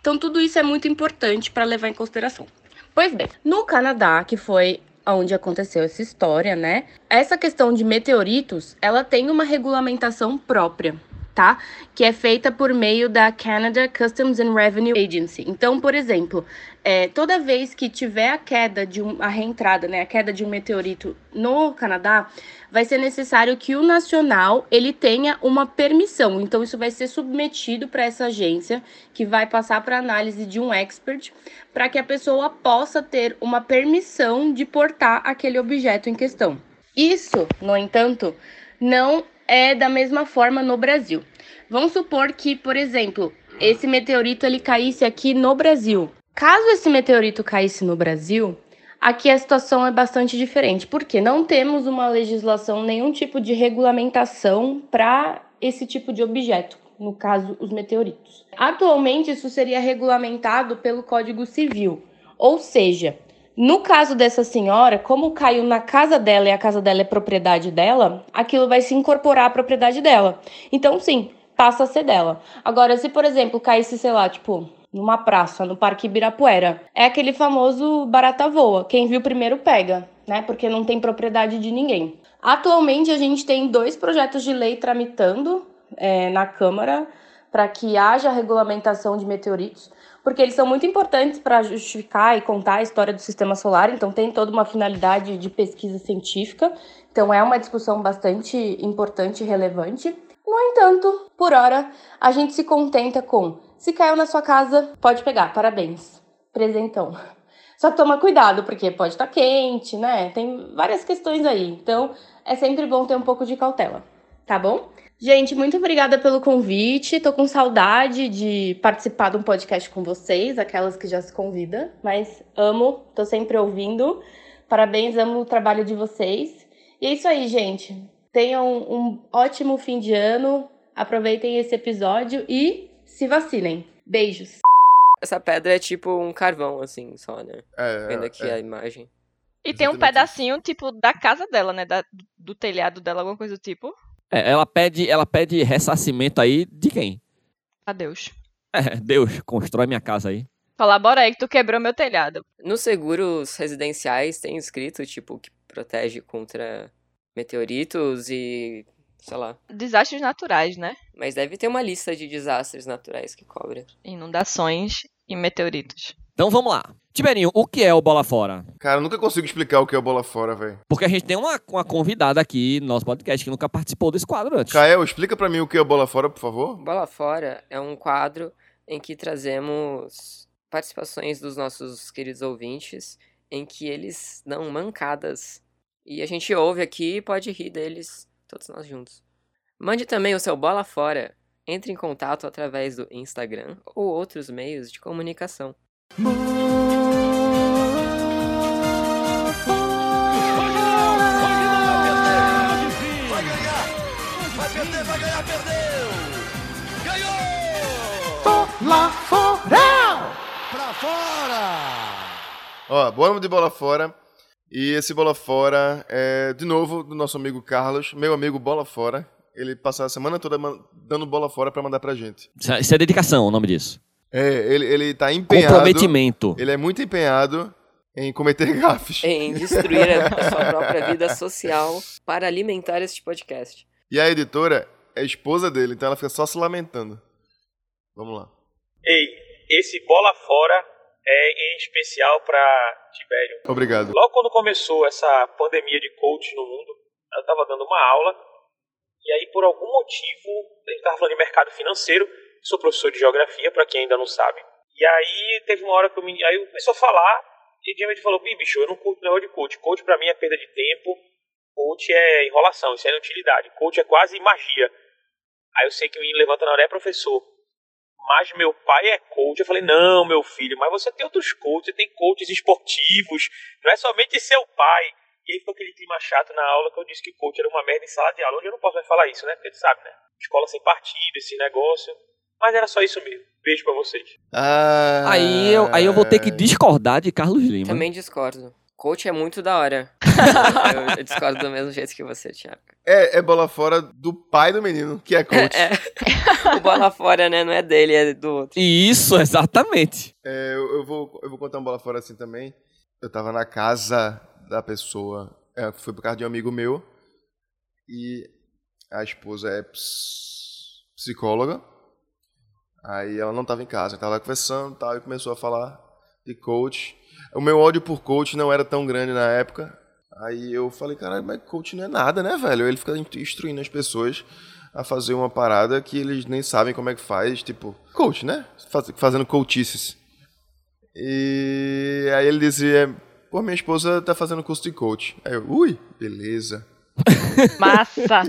Speaker 6: Então, tudo isso é muito importante para levar em consideração. Pois bem, no Canadá, que foi onde aconteceu essa história, né? Essa questão de meteoritos, ela tem uma regulamentação própria. Tá? Que é feita por meio da Canada Customs and Revenue Agency. Então, por exemplo, é, toda vez que tiver a queda de um, a reentrada, né, a queda de um meteorito no Canadá, vai ser necessário que o nacional ele tenha uma permissão. Então, isso vai ser submetido para essa agência que vai passar para análise de um expert para que a pessoa possa ter uma permissão de portar aquele objeto em questão. Isso, no entanto, não é da mesma forma no Brasil. Vamos supor que, por exemplo, esse meteorito ele caísse aqui no Brasil. Caso esse meteorito caísse no Brasil, aqui a situação é bastante diferente, porque não temos uma legislação, nenhum tipo de regulamentação para esse tipo de objeto, no caso, os meteoritos. Atualmente, isso seria regulamentado pelo Código Civil, ou seja, no caso dessa senhora, como caiu na casa dela e a casa dela é propriedade dela, aquilo vai se incorporar à propriedade dela. Então, sim, passa a ser dela. Agora, se por exemplo caísse, sei lá, tipo, numa praça, no Parque Ibirapuera, é aquele famoso barata voa. Quem viu primeiro pega, né? Porque não tem propriedade de ninguém. Atualmente, a gente tem dois projetos de lei tramitando é, na Câmara para que haja regulamentação de meteoritos porque eles são muito importantes para justificar e contar a história do sistema solar, então tem toda uma finalidade de pesquisa científica, então é uma discussão bastante importante e relevante. No entanto, por hora, a gente se contenta com: se caiu na sua casa, pode pegar, parabéns, presentão. Só toma cuidado, porque pode estar quente, né? Tem várias questões aí, então é sempre bom ter um pouco de cautela, tá bom? Gente, muito obrigada pelo convite. Tô com saudade de participar de um podcast com vocês, aquelas que já se convida, mas amo, tô sempre ouvindo. Parabéns, amo o trabalho de vocês. E é isso aí, gente. Tenham um ótimo fim de ano, aproveitem esse episódio e se vacinem. Beijos.
Speaker 3: Essa pedra é tipo um carvão, assim, só, né?
Speaker 4: É,
Speaker 3: Vendo aqui
Speaker 4: é.
Speaker 3: a imagem.
Speaker 1: E tem um
Speaker 4: Exatamente.
Speaker 1: pedacinho, tipo, da casa dela, né? Da- do telhado dela, alguma coisa do tipo.
Speaker 2: É, ela pede, ela pede ressarcimento aí de quem?
Speaker 1: Adeus.
Speaker 2: É, Deus, constrói minha casa aí.
Speaker 1: Colabora aí que tu quebrou meu telhado.
Speaker 3: Nos seguros residenciais tem escrito, tipo, que protege contra meteoritos e. sei lá.
Speaker 1: Desastres naturais, né?
Speaker 3: Mas deve ter uma lista de desastres naturais que cobre.
Speaker 1: Inundações e meteoritos.
Speaker 2: Então vamos lá. Tiberinho, o que é o Bola Fora?
Speaker 4: Cara, eu nunca consigo explicar o que é o Bola Fora, velho.
Speaker 2: Porque a gente tem uma, uma convidada aqui no nosso podcast que nunca participou desse quadro antes.
Speaker 4: Kael, explica pra mim o que é o Bola Fora, por favor.
Speaker 3: Bola Fora é um quadro em que trazemos participações dos nossos queridos ouvintes, em que eles dão mancadas. E a gente ouve aqui e pode rir deles, todos nós juntos. Mande também o seu Bola Fora. Entre em contato através do Instagram ou outros meios de comunicação.
Speaker 4: Ó, bora de Bola Fora. E esse Bola Fora é, de novo, do nosso amigo Carlos, meu amigo Bola Fora. Ele passa a semana toda man- dando bola fora pra mandar pra gente.
Speaker 2: Isso é- Isso é dedicação, o nome disso.
Speaker 4: É, ele, ele tá empenhado.
Speaker 2: Comprometimento.
Speaker 4: Ele é muito empenhado em cometer
Speaker 2: É.
Speaker 4: gafes.
Speaker 3: Em destruir a sua própria vida social para alimentar este podcast.
Speaker 4: E a editora é esposa dele, então ela fica só se lamentando. Vamos lá.
Speaker 7: Ei, esse bola fora é em especial pra Tibério.
Speaker 4: Obrigado.
Speaker 7: Logo quando começou essa pandemia de coach no mundo, ela estava dando uma aula e aí por algum motivo, ele estava falando de mercado financeiro, sou professor de geografia, para quem ainda não sabe. E aí teve uma hora que o menino, aí começou a falar e de repente falou, "Bi, bicho, eu não curto negócio de coach. Coach para mim é perda de tempo, coach é enrolação, isso é inutilidade. Coach é quase magia. Aí eu sei que o menino levanta na hora, é professor, mas meu pai é coach. Eu falei, não, meu filho, mas você tem outros coaches, você tem coaches esportivos, não é somente seu pai. E aí ficou aquele clima chato na aula que eu disse que coach era uma merda em sala de aula. Hoje eu não posso mais falar isso, né? Porque tu sabe, né? Escola sem partido, esse negócio. Mas era só isso mesmo. Beijo pra vocês.
Speaker 4: Ah,
Speaker 2: Aí eu, aí eu vou ter que discordar de Carlos Lima.
Speaker 3: Também discordo. Coach é muito da hora. eu, eu discordo do mesmo jeito que você, Thiago.
Speaker 4: É, é bola fora do pai do menino, que é coach.
Speaker 3: É. o bola fora, né? Não é dele, é do outro.
Speaker 2: Isso, exatamente.
Speaker 4: É, eu, eu vou, eu vou contar um bola fora assim também. Eu tava na casa da pessoa, é, foi por causa de um amigo meu, e a esposa é ps- psicóloga. Aí ela não tava em casa, tava lá conversando e tal, e começou a falar de coach. O meu ódio por coach não era tão grande na época. Aí eu falei, caralho, mas coach não é nada, né, velho? Ele fica instruindo as pessoas a fazer uma parada que eles nem sabem como é que faz, tipo, coach, né? Faz- Fazendo coachices. E aí ele dizia, pô, minha esposa tá fazendo curso de coach. Aí eu, ui, beleza.
Speaker 1: Massa!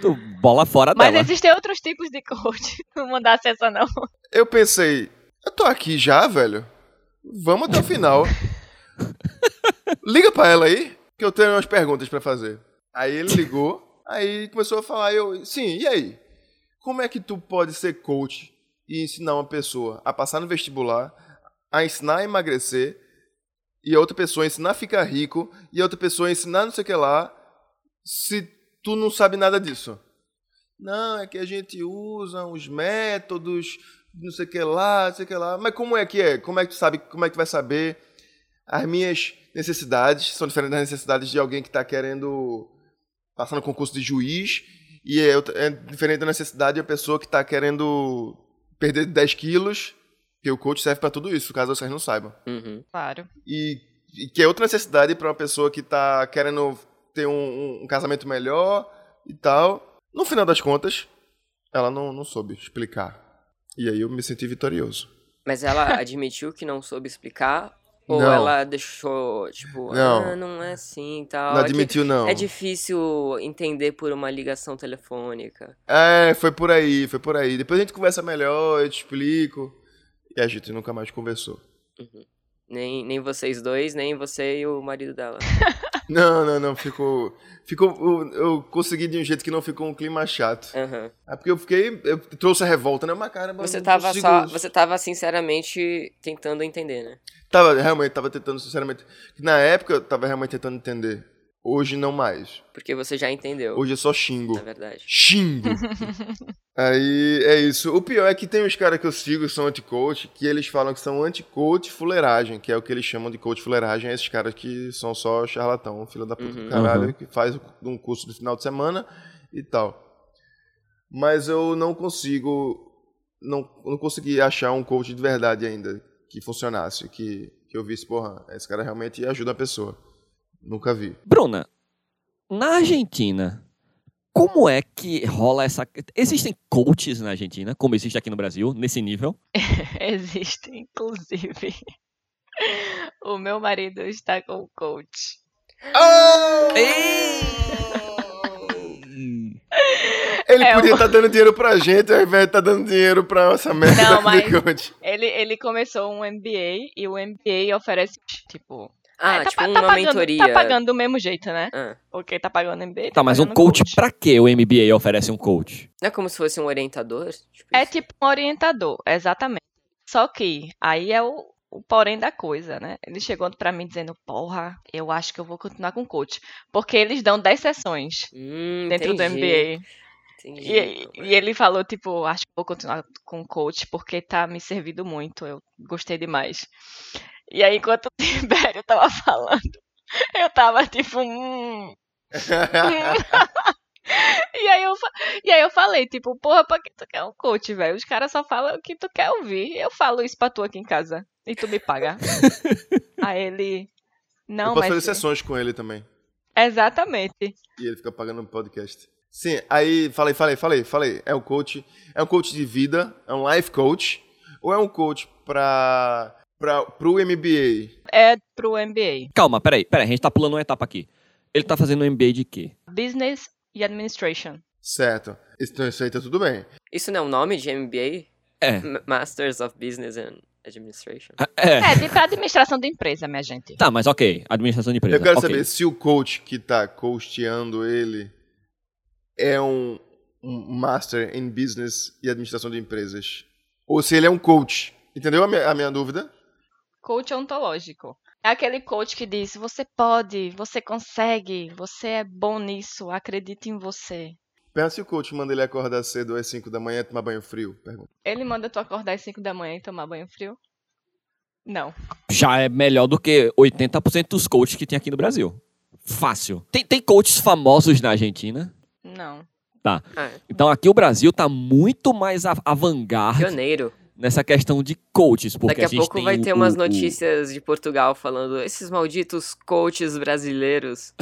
Speaker 2: Tu bola fora
Speaker 1: Mas
Speaker 2: dela.
Speaker 1: existem outros tipos de coach. Não mandasse essa, não.
Speaker 4: Eu pensei, eu tô aqui já, velho. Vamos até o final. Liga pra ela aí, que eu tenho umas perguntas pra fazer. Aí ele ligou, aí começou a falar, eu, sim, e aí? Como é que tu pode ser coach e ensinar uma pessoa a passar no vestibular, a ensinar a emagrecer, e a outra pessoa ensinar a ficar rico, e a outra pessoa ensinar não sei o que lá, se tu não sabe nada disso? Não, é que a gente usa uns métodos, não sei o que lá, não sei o que lá. Mas como é que é? Como é que tu sabe? Como é que tu vai saber? As minhas necessidades são diferentes das necessidades de alguém que está querendo passar no concurso de juiz. E é, outra- é diferente da necessidade de uma pessoa que está querendo perder 10 quilos. Porque o coach serve para tudo isso, caso vocês não saibam
Speaker 3: Uhum.
Speaker 1: Claro.
Speaker 4: e, e que é outra necessidade para uma pessoa que tá querendo ter um, um- um casamento melhor e tal. No final das contas, ela não, não soube explicar. E aí eu me senti vitorioso.
Speaker 3: Mas ela admitiu que não soube explicar? Ou
Speaker 4: Não.
Speaker 3: ela deixou, tipo,
Speaker 4: Não.
Speaker 3: ah, não é assim e tal?
Speaker 4: não
Speaker 3: É que
Speaker 4: admitiu, não.
Speaker 3: É difícil entender por uma ligação telefônica.
Speaker 4: É, foi por aí, foi por aí. Depois a gente conversa melhor, eu te explico. E a gente nunca mais conversou.
Speaker 3: Nem, nem vocês dois, nem você e o marido dela.
Speaker 4: Não, não, não, ficou. Ficou. Eu, eu consegui de um jeito que não ficou um clima chato.
Speaker 3: Aham.
Speaker 4: É porque eu fiquei. Eu trouxe a revolta, né? Mas caramba, eu
Speaker 3: Você
Speaker 4: não
Speaker 3: tava
Speaker 4: consigo-
Speaker 3: só. Você tava sinceramente tentando entender, né?
Speaker 4: Tava, realmente, tava tentando, sinceramente. Na época, eu tava realmente tentando entender. Hoje, não mais.
Speaker 3: Porque você já entendeu,
Speaker 4: Hoje eu só xingo.
Speaker 3: na verdade.
Speaker 4: Xingo! Aí, é isso. O pior é que tem uns caras que eu sigo que são anti-coach, que eles falam que são anti-coach fuleiragem, que é o que eles chamam de coach fuleiragem. É esses caras que são só charlatão, filho da puta do
Speaker 3: Uhum.
Speaker 4: caralho,
Speaker 2: Uhum.
Speaker 4: que faz um curso de final de semana e tal. Mas eu não consigo... Não, não consegui achar um coach de verdade ainda que funcionasse, que, que eu visse, porra, esse cara realmente ajuda a pessoa. Nunca vi.
Speaker 2: Bruna, na Argentina, como é que rola essa. Existem coaches na Argentina, como existe aqui no Brasil, nesse nível?
Speaker 1: Existe, inclusive. O meu marido está com o coach.
Speaker 4: Oh! Ele
Speaker 1: É
Speaker 4: podia
Speaker 1: uma-
Speaker 4: estar dando dinheiro pra gente, ao invés de estar dando dinheiro pra essa merda
Speaker 1: Não,
Speaker 4: de
Speaker 1: mas-
Speaker 4: coach.
Speaker 1: Ele, ele começou um MBA e o MBA oferece, tipo...
Speaker 3: Ah,
Speaker 1: é, tá,
Speaker 3: tipo
Speaker 1: pa-
Speaker 3: uma
Speaker 1: tá pagando,
Speaker 3: mentoria.
Speaker 1: Tá pagando do mesmo jeito, né?
Speaker 3: Ah,
Speaker 1: Ok, tá pagando MBA,
Speaker 2: Tá, mas um
Speaker 1: pagando
Speaker 2: coach, pra que o MBA oferece um coach?
Speaker 3: não é como se fosse um orientador? Tipo
Speaker 1: É
Speaker 3: isso?
Speaker 1: tipo um orientador, exatamente. Só que aí é o, o porém da coisa, né? Ele chegou pra mim dizendo, porra, eu acho que eu vou continuar com coach. Porque eles dão 10 sessões
Speaker 3: Hum,
Speaker 1: dentro do
Speaker 3: entendi,
Speaker 1: MBA.
Speaker 3: Entendi.
Speaker 1: E, e ele falou, tipo, acho que vou continuar com coach porque tá me servindo muito, eu gostei demais. E aí, enquanto o Tibério tava falando, eu tava tipo, hum, E aí eu, fa- e aí eu falei, tipo, porra, pra que tu quer um coach, velho? Os caras só falam o que tu quer ouvir. Eu falo isso pra tu aqui em casa. E tu me paga. aí ele. Não,
Speaker 4: eu posso fazer
Speaker 1: mas.
Speaker 4: sessões com ele também.
Speaker 1: Exatamente.
Speaker 4: E ele fica pagando um podcast. Sim, aí falei, falei, falei, falei. É um coach. É um coach de vida, é um life coach, ou é um coach pra. pra pro MBA?
Speaker 1: É pro MBA.
Speaker 2: Calma, peraí, peraí, a gente tá pulando uma etapa aqui. Ele tá fazendo um MBA de quê?
Speaker 1: Business e Administration.
Speaker 4: Certo. Então isso aí tá tudo bem.
Speaker 3: Isso não é o nome de MBA?
Speaker 2: É.
Speaker 3: M- Masters of Business and Administration.
Speaker 2: É.
Speaker 1: É, de, pra administração de empresa, minha gente.
Speaker 2: Tá, mas ok. Administração de empresa.
Speaker 4: Eu quero
Speaker 2: ok.
Speaker 4: saber se o coach que tá coacheando ele é um, um master em business e administração de empresas. Ou se ele é um coach. Entendeu a minha, a minha dúvida?
Speaker 1: Coach ontológico. É aquele coach que diz: você pode, você consegue, você é bom nisso, acredite em você.
Speaker 4: Pergunta se o coach manda ele acordar cedo às 5 da manhã e tomar banho frio. Pergunta.
Speaker 1: Ele manda tu acordar às 5 da manhã e tomar banho frio? Não.
Speaker 2: Já é melhor do que 80% dos coaches que tem aqui no Brasil. Fácil. Tem, tem coaches famosos na Argentina.
Speaker 1: Não.
Speaker 3: Ah,
Speaker 2: Então aqui o Brasil tá muito mais a, a vanguarda
Speaker 3: pioneiro.
Speaker 2: nessa questão de coaches. Porque
Speaker 3: Daqui a
Speaker 2: gente
Speaker 3: pouco
Speaker 2: tem
Speaker 3: vai
Speaker 2: o-
Speaker 3: ter umas
Speaker 2: o- o-
Speaker 3: notícias de Portugal falando esses malditos coaches brasileiros.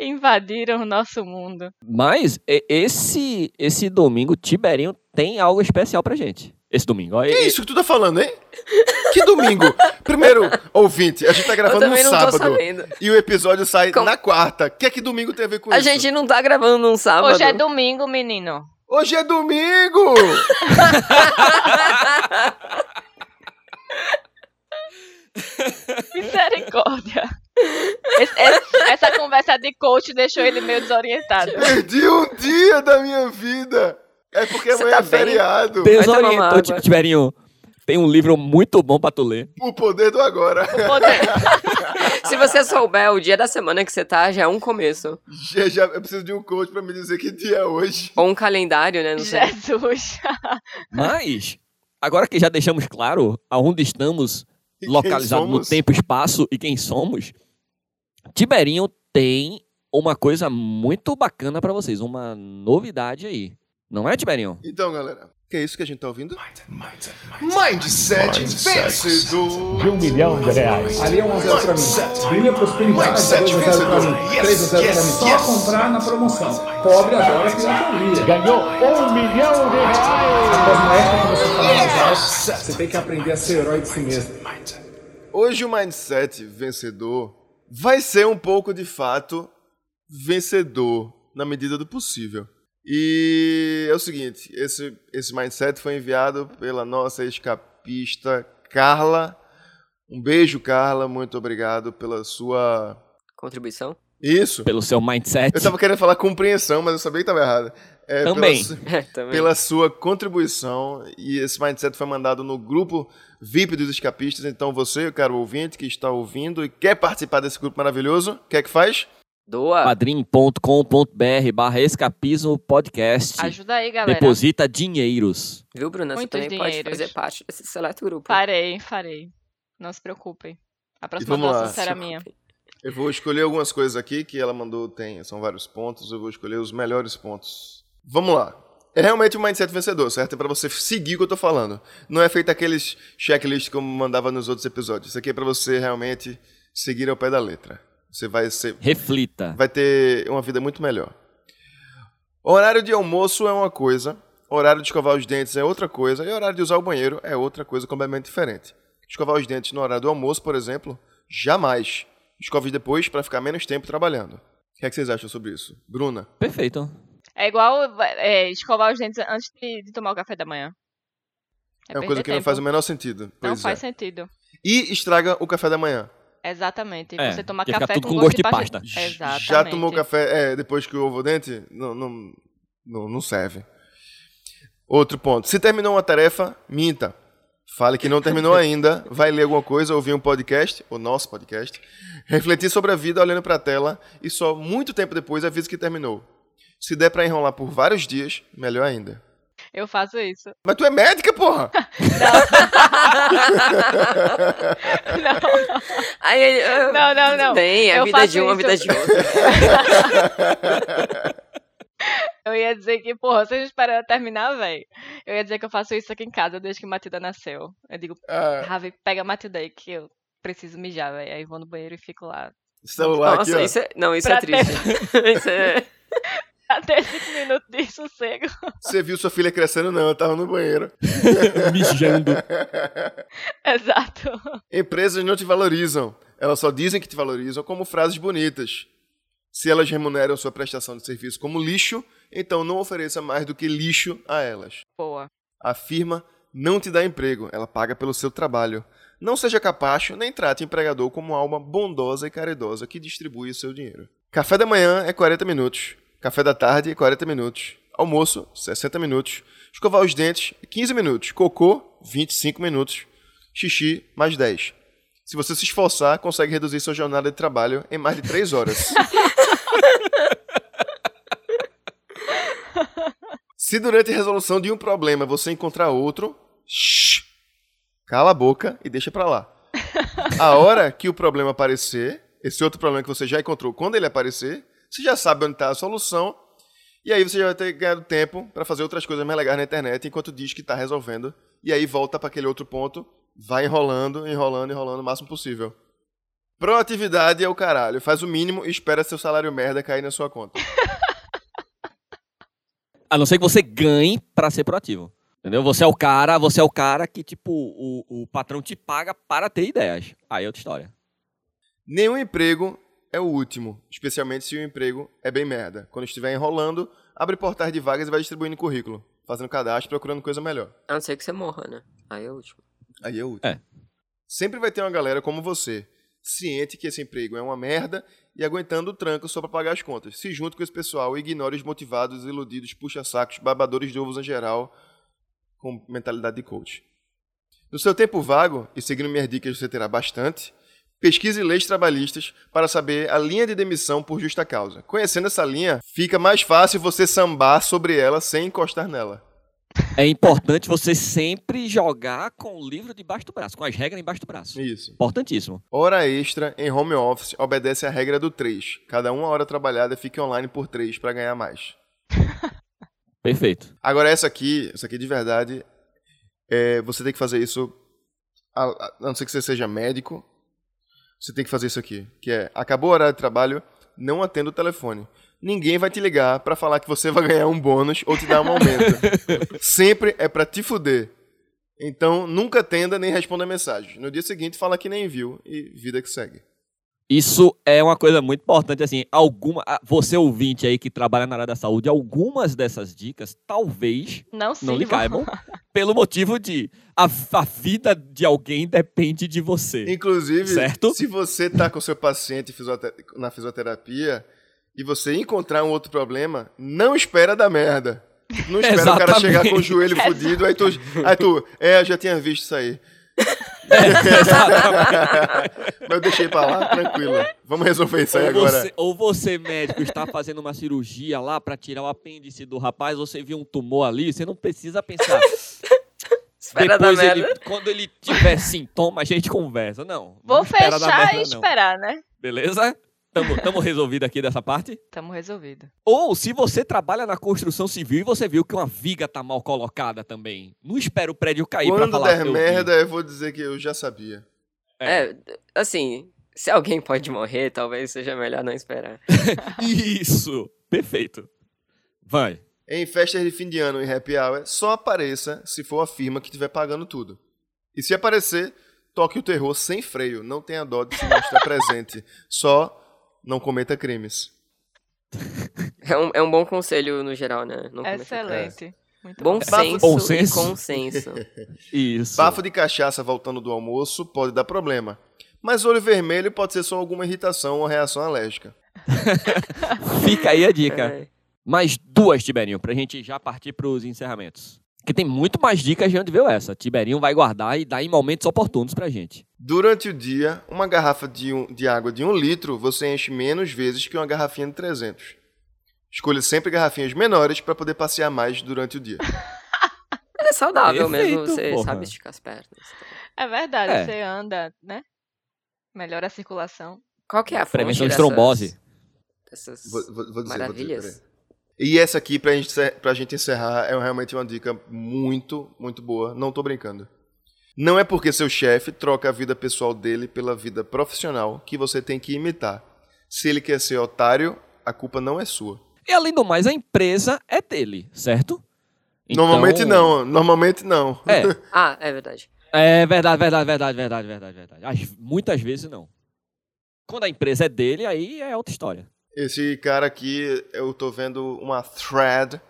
Speaker 1: Invadiram o nosso mundo.
Speaker 2: Mas e- esse, esse domingo, Tiberinho tem algo especial pra gente. Esse domingo. ó,
Speaker 4: Que
Speaker 2: e-
Speaker 4: isso que tu tá falando, hein? Que domingo! Primeiro, ouvinte, a gente tá
Speaker 3: Eu
Speaker 4: gravando no
Speaker 3: também não tô
Speaker 4: sábado.
Speaker 3: sabendo.
Speaker 4: E o episódio sai
Speaker 3: Como?
Speaker 4: na quarta. O que é que domingo tem a ver com
Speaker 3: A
Speaker 4: isso?
Speaker 3: gente não tá gravando num sábado.
Speaker 1: Hoje é domingo, menino.
Speaker 4: Hoje é domingo!
Speaker 1: Misericórdia. Esse- esse- essa conversa de coach deixou ele meio desorientado.
Speaker 4: Perdi um dia da minha vida! É porque
Speaker 3: Você
Speaker 4: amanhã
Speaker 3: tá
Speaker 4: é
Speaker 3: bem?
Speaker 4: feriado.
Speaker 3: Vai tomar uma
Speaker 2: Desorientou,
Speaker 3: água.
Speaker 2: Tiberinho. Tem um livro muito bom pra tu ler.
Speaker 4: O poder do agora.
Speaker 1: Poder-
Speaker 3: Se você souber o dia da semana que você tá, já é um começo.
Speaker 4: Já- já- eu preciso de um coach pra me dizer que dia é hoje.
Speaker 3: Ou um calendário, né? Não sei.
Speaker 1: Jesus.
Speaker 2: Mas, agora que já deixamos claro aonde estamos
Speaker 4: E quem
Speaker 2: localizados no
Speaker 4: somos?
Speaker 2: tempo, espaço e quem somos, Tiberinho tem uma coisa muito bacana pra vocês, uma novidade aí. Não é, Tiberinho?
Speaker 4: Então, galera, que é isso que a gente tá ouvindo? Mindset, vencedor.
Speaker 8: de um milhão de reais.
Speaker 9: Ali é um a zero pra mim. Brilha prosperidade,
Speaker 8: Mindset
Speaker 9: 2 a 0 pra mim.
Speaker 8: vencedor.
Speaker 9: 3 a 0 pra mim.
Speaker 8: Yes,
Speaker 9: Só
Speaker 8: yes,
Speaker 9: comprar na promoção. Pobre adora filosofia.
Speaker 8: Ganhou um milhão de reais.
Speaker 9: Após uma época que você fala mais alto, você tem que aprender a ser herói de si mesmo.
Speaker 4: Hoje o Mindset vencedor vai ser um pouco de fato vencedor na medida do possível. E é o seguinte, esse, esse Mindset foi enviado pela nossa escapista Carla. Um beijo, Carla. Muito obrigado pela sua...
Speaker 3: Contribuição?
Speaker 4: Isso.
Speaker 2: Pelo seu mindset.
Speaker 4: Eu tava querendo falar compreensão, mas eu sabia que tava errado. É, pela
Speaker 2: Também.
Speaker 4: su-
Speaker 3: É, também.
Speaker 4: pela sua contribuição e esse mindset foi mandado no grupo VIP dos escapistas. Então você, caro ouvinte que está ouvindo e quer participar desse grupo maravilhoso, o que é que faz?
Speaker 3: Doa.
Speaker 2: padrim.com.br barra escapismo podcast.
Speaker 1: Ajuda aí, galera.
Speaker 2: Deposita dinheiros.
Speaker 3: Viu, Bruna? Você
Speaker 1: Muitos
Speaker 3: também pode
Speaker 1: dinheiros.
Speaker 3: fazer parte desse seleto grupo.
Speaker 1: Farei, farei. Não se preocupem. A próxima
Speaker 4: vamos lá.
Speaker 1: doação será minha.
Speaker 4: Eu vou escolher algumas coisas aqui que ela mandou, tem, são vários pontos, eu vou escolher os melhores pontos. Vamos lá. É realmente um mindset vencedor, certo? É pra você seguir o que eu tô falando. Não é feito aqueles checklists como mandava nos outros episódios. Isso aqui é pra você realmente seguir ao pé da letra. Você vai ser
Speaker 2: Reflita.
Speaker 4: vai ter uma vida muito melhor. Horário de almoço é uma coisa, horário de escovar os dentes é outra coisa, e horário de usar o banheiro é outra coisa completamente diferente. Escovar os dentes no horário do almoço, por exemplo, jamais. Escove depois para ficar menos tempo trabalhando. O que, é que vocês acham sobre isso? Bruna,
Speaker 2: Perfeito.
Speaker 1: É igual é, escovar os dentes antes de, de tomar o café da manhã.
Speaker 4: é uma
Speaker 1: perder
Speaker 4: coisa que não
Speaker 1: tempo.
Speaker 4: faz o menor sentido.
Speaker 1: Não
Speaker 4: Pois
Speaker 1: faz
Speaker 4: é.
Speaker 1: sentido.
Speaker 4: E estraga o café da manhã.
Speaker 1: Exatamente.
Speaker 2: É,
Speaker 1: Você tomar
Speaker 2: ia ficar
Speaker 1: café
Speaker 2: tudo
Speaker 1: com gosto, de pasta. Exatamente.
Speaker 4: Já tomou café é, depois que ovo o dente? Não, não, não, não serve. Outro ponto. Se terminou uma tarefa, minta. Fale que não terminou ainda, vai ler alguma coisa, ouvir um podcast, o nosso podcast, refletir sobre a vida olhando para a tela e só muito tempo depois avisa que terminou. Se der para enrolar por vários dias, melhor ainda.
Speaker 1: Eu faço isso.
Speaker 4: Mas tu é médica, porra!
Speaker 1: Não.
Speaker 3: Aí ele, ah,
Speaker 1: Não, não,
Speaker 3: tudo
Speaker 1: não.
Speaker 3: Bem, um, a
Speaker 1: Eu
Speaker 3: vida é
Speaker 1: faço
Speaker 3: de um, a
Speaker 1: isso.
Speaker 3: vida de outro.
Speaker 1: Eu ia dizer que, porra, vocês esperaram eu terminar, velho. Eu ia dizer que eu faço isso aqui em casa desde que Matilda nasceu. Eu digo,
Speaker 4: Ah,
Speaker 1: Ravi, pega a Matilda aí que eu preciso mijar, velho. Aí eu vou no banheiro e fico lá.
Speaker 4: celular
Speaker 3: Nossa,
Speaker 4: aqui, ó.
Speaker 3: isso é... Não, isso é
Speaker 1: Pra
Speaker 3: triste. isso é...
Speaker 1: Até cinco minutos de sossego.
Speaker 4: Você viu sua filha crescendo? Não, eu tava no banheiro.
Speaker 2: Mijando.
Speaker 1: Exato.
Speaker 4: Empresas não te valorizam. Elas só dizem que te valorizam como frases bonitas. Se elas remuneram sua prestação de serviço como lixo, então não ofereça mais do que lixo a elas.
Speaker 1: Boa.
Speaker 4: A firma não te dá emprego, ela paga pelo seu trabalho. Não seja capacho, nem trate o empregador como alma bondosa e caridosa que distribui o seu dinheiro. Café da manhã é 40 minutos. Café da tarde é 40 minutos. Almoço, 60 minutos. Escovar os dentes, 15 minutos. Cocô, 25 minutos. Xixi, mais 10. Se você se esforçar, consegue reduzir sua jornada de trabalho em mais de 3 horas. Se durante a resolução de um problema você encontrar outro, shh, cala a boca e deixa pra lá. A hora que o problema aparecer, esse outro problema que você já encontrou, quando ele aparecer, você já sabe onde tá a solução. E aí você já vai ter ganhado tempo pra fazer outras coisas mais legais na internet enquanto diz que tá resolvendo. E aí volta pra aquele outro ponto, vai enrolando, enrolando, enrolando o máximo possível. Proatividade é o caralho. Faz o mínimo e espera seu salário merda cair na sua conta.
Speaker 2: A não ser que você ganhe pra ser proativo. Entendeu? Você é o cara, você é o cara que, tipo, o, o patrão te paga para ter ideias. Aí é outra história.
Speaker 4: Nenhum emprego é o último, especialmente se o emprego é bem merda. Quando estiver enrolando, abre portais de vagas e vai distribuindo currículo, fazendo cadastro, procurando coisa melhor.
Speaker 3: A não ser que você morra, né? Aí é o último.
Speaker 4: Aí é o último.
Speaker 2: É.
Speaker 4: Sempre vai ter uma galera como você, ciente que esse emprego é uma merda e aguentando o tranco só pra pagar as contas. Se junte com esse pessoal e ignore os motivados, iludidos, puxa-sacos, babadores de ovos em geral, com mentalidade de coach. No seu tempo vago, e seguindo minhas dicas você terá bastante, pesquise leis trabalhistas para saber a linha de demissão por justa causa. Conhecendo essa linha, fica mais fácil você sambar sobre ela sem encostar nela.
Speaker 2: É importante você sempre jogar com o livro debaixo do braço, com as regras embaixo do braço.
Speaker 4: Isso.
Speaker 2: Importantíssimo.
Speaker 4: Hora extra em home office obedece à regra do 3. Cada uma hora trabalhada fique online por 3 para ganhar mais.
Speaker 2: Perfeito.
Speaker 4: Agora essa aqui, essa aqui de verdade, é, você tem que fazer isso, a, a- a não ser que você seja médico, você tem que fazer isso aqui, que é, acabou o horário de trabalho, não atenda o telefone. Ninguém vai te ligar para falar que você vai ganhar um bônus ou te dar um aumento. Sempre é para te fuder. Então, nunca atenda nem responda mensagem. No dia seguinte, fala que nem viu e vida que segue.
Speaker 2: Isso é uma coisa muito importante, assim, alguma, ah, você ouvinte aí que trabalha na área da saúde, algumas dessas dicas talvez
Speaker 1: Não
Speaker 2: não é lhe
Speaker 1: sirva.
Speaker 2: caibam, pelo motivo de a, a vida de alguém depende de você.
Speaker 4: Inclusive,
Speaker 2: Certo?
Speaker 4: se você tá com seu paciente fisiota- na fisioterapia e você encontrar um outro problema, não espera da merda. Não espera o cara
Speaker 2: Exatamente.
Speaker 4: chegar com o joelho fudido, aí tu, aí tu, é, eu já tinha visto isso aí.
Speaker 2: É,
Speaker 4: Mas eu deixei pra lá, tranquilo. Vamos resolver isso aí
Speaker 2: Ou
Speaker 4: agora.
Speaker 2: você, ou você, médico, está fazendo uma cirurgia lá pra tirar o apêndice do rapaz, você viu um tumor ali, você não precisa pensar.
Speaker 3: Espera
Speaker 2: Depois
Speaker 3: da merda.
Speaker 2: ele, quando ele tiver sintoma, a gente conversa. Não.
Speaker 1: Vou
Speaker 2: não espera da
Speaker 1: fechar e
Speaker 2: merda, não.
Speaker 1: esperar, né?
Speaker 2: Beleza? Tamo, tamo resolvido aqui dessa parte?
Speaker 1: Tamo resolvido.
Speaker 2: Ou se você trabalha na construção civil e você viu que uma viga tá mal colocada também, não espera o prédio cair pra
Speaker 4: Quando
Speaker 2: falar.
Speaker 4: der
Speaker 2: "Eu vi".
Speaker 4: merda, eu vou dizer que eu já sabia.
Speaker 2: É.
Speaker 3: É, assim, se alguém pode morrer, talvez seja melhor não esperar.
Speaker 2: Isso. Perfeito. Vai.
Speaker 4: Em festas de fim de ano e happy hour, só apareça se for a firma que estiver pagando tudo. E se aparecer, toque o terror sem freio. Não tenha dó de se mostrar presente. Só não cometa crimes.
Speaker 3: É um, é um bom conselho no geral, né? Não cometer crimes.
Speaker 1: Excelente. É. Muito
Speaker 3: Bom
Speaker 1: bom.
Speaker 3: senso,
Speaker 2: Bom
Speaker 3: e
Speaker 2: senso.
Speaker 3: consenso.
Speaker 2: Isso.
Speaker 4: Bafo de cachaça voltando do almoço pode dar problema. Mas olho vermelho pode ser só alguma irritação ou reação alérgica.
Speaker 2: Fica aí a dica.
Speaker 3: É.
Speaker 2: Mais duas, Tiberinho, pra gente já partir pros encerramentos. Que tem muito mais dicas de onde veio essa. Tiberinho vai guardar e dar em momentos oportunos pra gente.
Speaker 4: Durante o dia, uma garrafa de, um- de água de 1 um litro você enche menos vezes que uma garrafinha de 300. Escolha sempre garrafinhas menores para poder passear mais durante o dia.
Speaker 3: É saudável mesmo,
Speaker 2: Perfeito,
Speaker 3: você
Speaker 2: porra.
Speaker 3: sabe esticar as pernas. então.
Speaker 1: É verdade,
Speaker 2: É.
Speaker 1: você anda, né? Melhora a circulação.
Speaker 3: Qual que é a fonte
Speaker 2: Prevenção de
Speaker 3: dessas-
Speaker 2: trombose.
Speaker 3: Dessas...
Speaker 4: Vou, vou- vou dizer, vou dizer,
Speaker 3: Maravilhas.
Speaker 4: peraí. E essa aqui, pra gente, encer- pra gente encerrar, é realmente uma dica muito, muito boa. Não tô brincando. Não é porque seu chefe troca a vida pessoal dele pela vida profissional que você tem que imitar. Se ele quer ser otário, a culpa não é sua.
Speaker 2: E além do mais, a empresa é dele, certo? Então-
Speaker 4: Normalmente não, normalmente não.
Speaker 2: É,
Speaker 3: Ah, é verdade.
Speaker 2: é verdade, verdade, verdade, verdade, verdade, verdade. Às- muitas vezes não. Quando a empresa é dele, aí é outra história.
Speaker 4: Esse cara aqui, eu tô vendo uma thread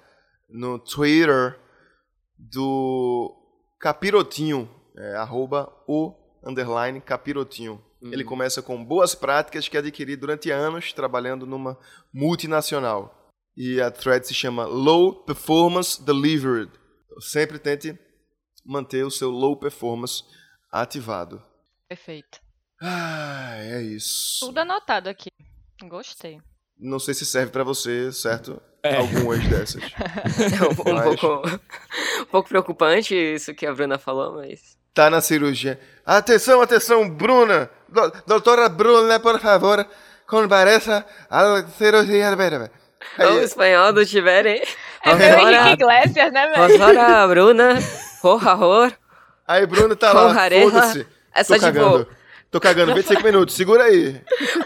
Speaker 4: no Twitter do Capirotinho, é, arroba o underline Capirotinho. Ele começa com boas práticas que adquiri durante anos trabalhando numa multinacional. E a thread se chama Low Performance Delivered. Sempre tente manter o seu low performance ativado.
Speaker 1: Perfeito.
Speaker 4: Ah, é isso.
Speaker 1: Tudo anotado aqui. Gostei.
Speaker 4: Não sei se serve pra você, certo?
Speaker 2: É.
Speaker 4: Algumas dessas.
Speaker 3: É um, um
Speaker 4: Mas-
Speaker 3: pouco, um pouco preocupante isso que a Bruna falou, mas.
Speaker 4: Tá na cirurgia. Atenção, atenção, Bruna! Do- doutora Bruna, por favor, compareça à cirurgia. É,
Speaker 3: O espanhol do Tibere.
Speaker 1: É meu
Speaker 3: Agora-
Speaker 1: Henrique Iglesias, né, velho?
Speaker 3: Rosora, Bruna, por favor.
Speaker 4: Aí, Bruna tá lá.
Speaker 3: Conrarela,
Speaker 4: Foda-se.
Speaker 3: essa
Speaker 4: Tô
Speaker 3: é de
Speaker 4: cagando. Tô cagando, 25 minutos, segura aí.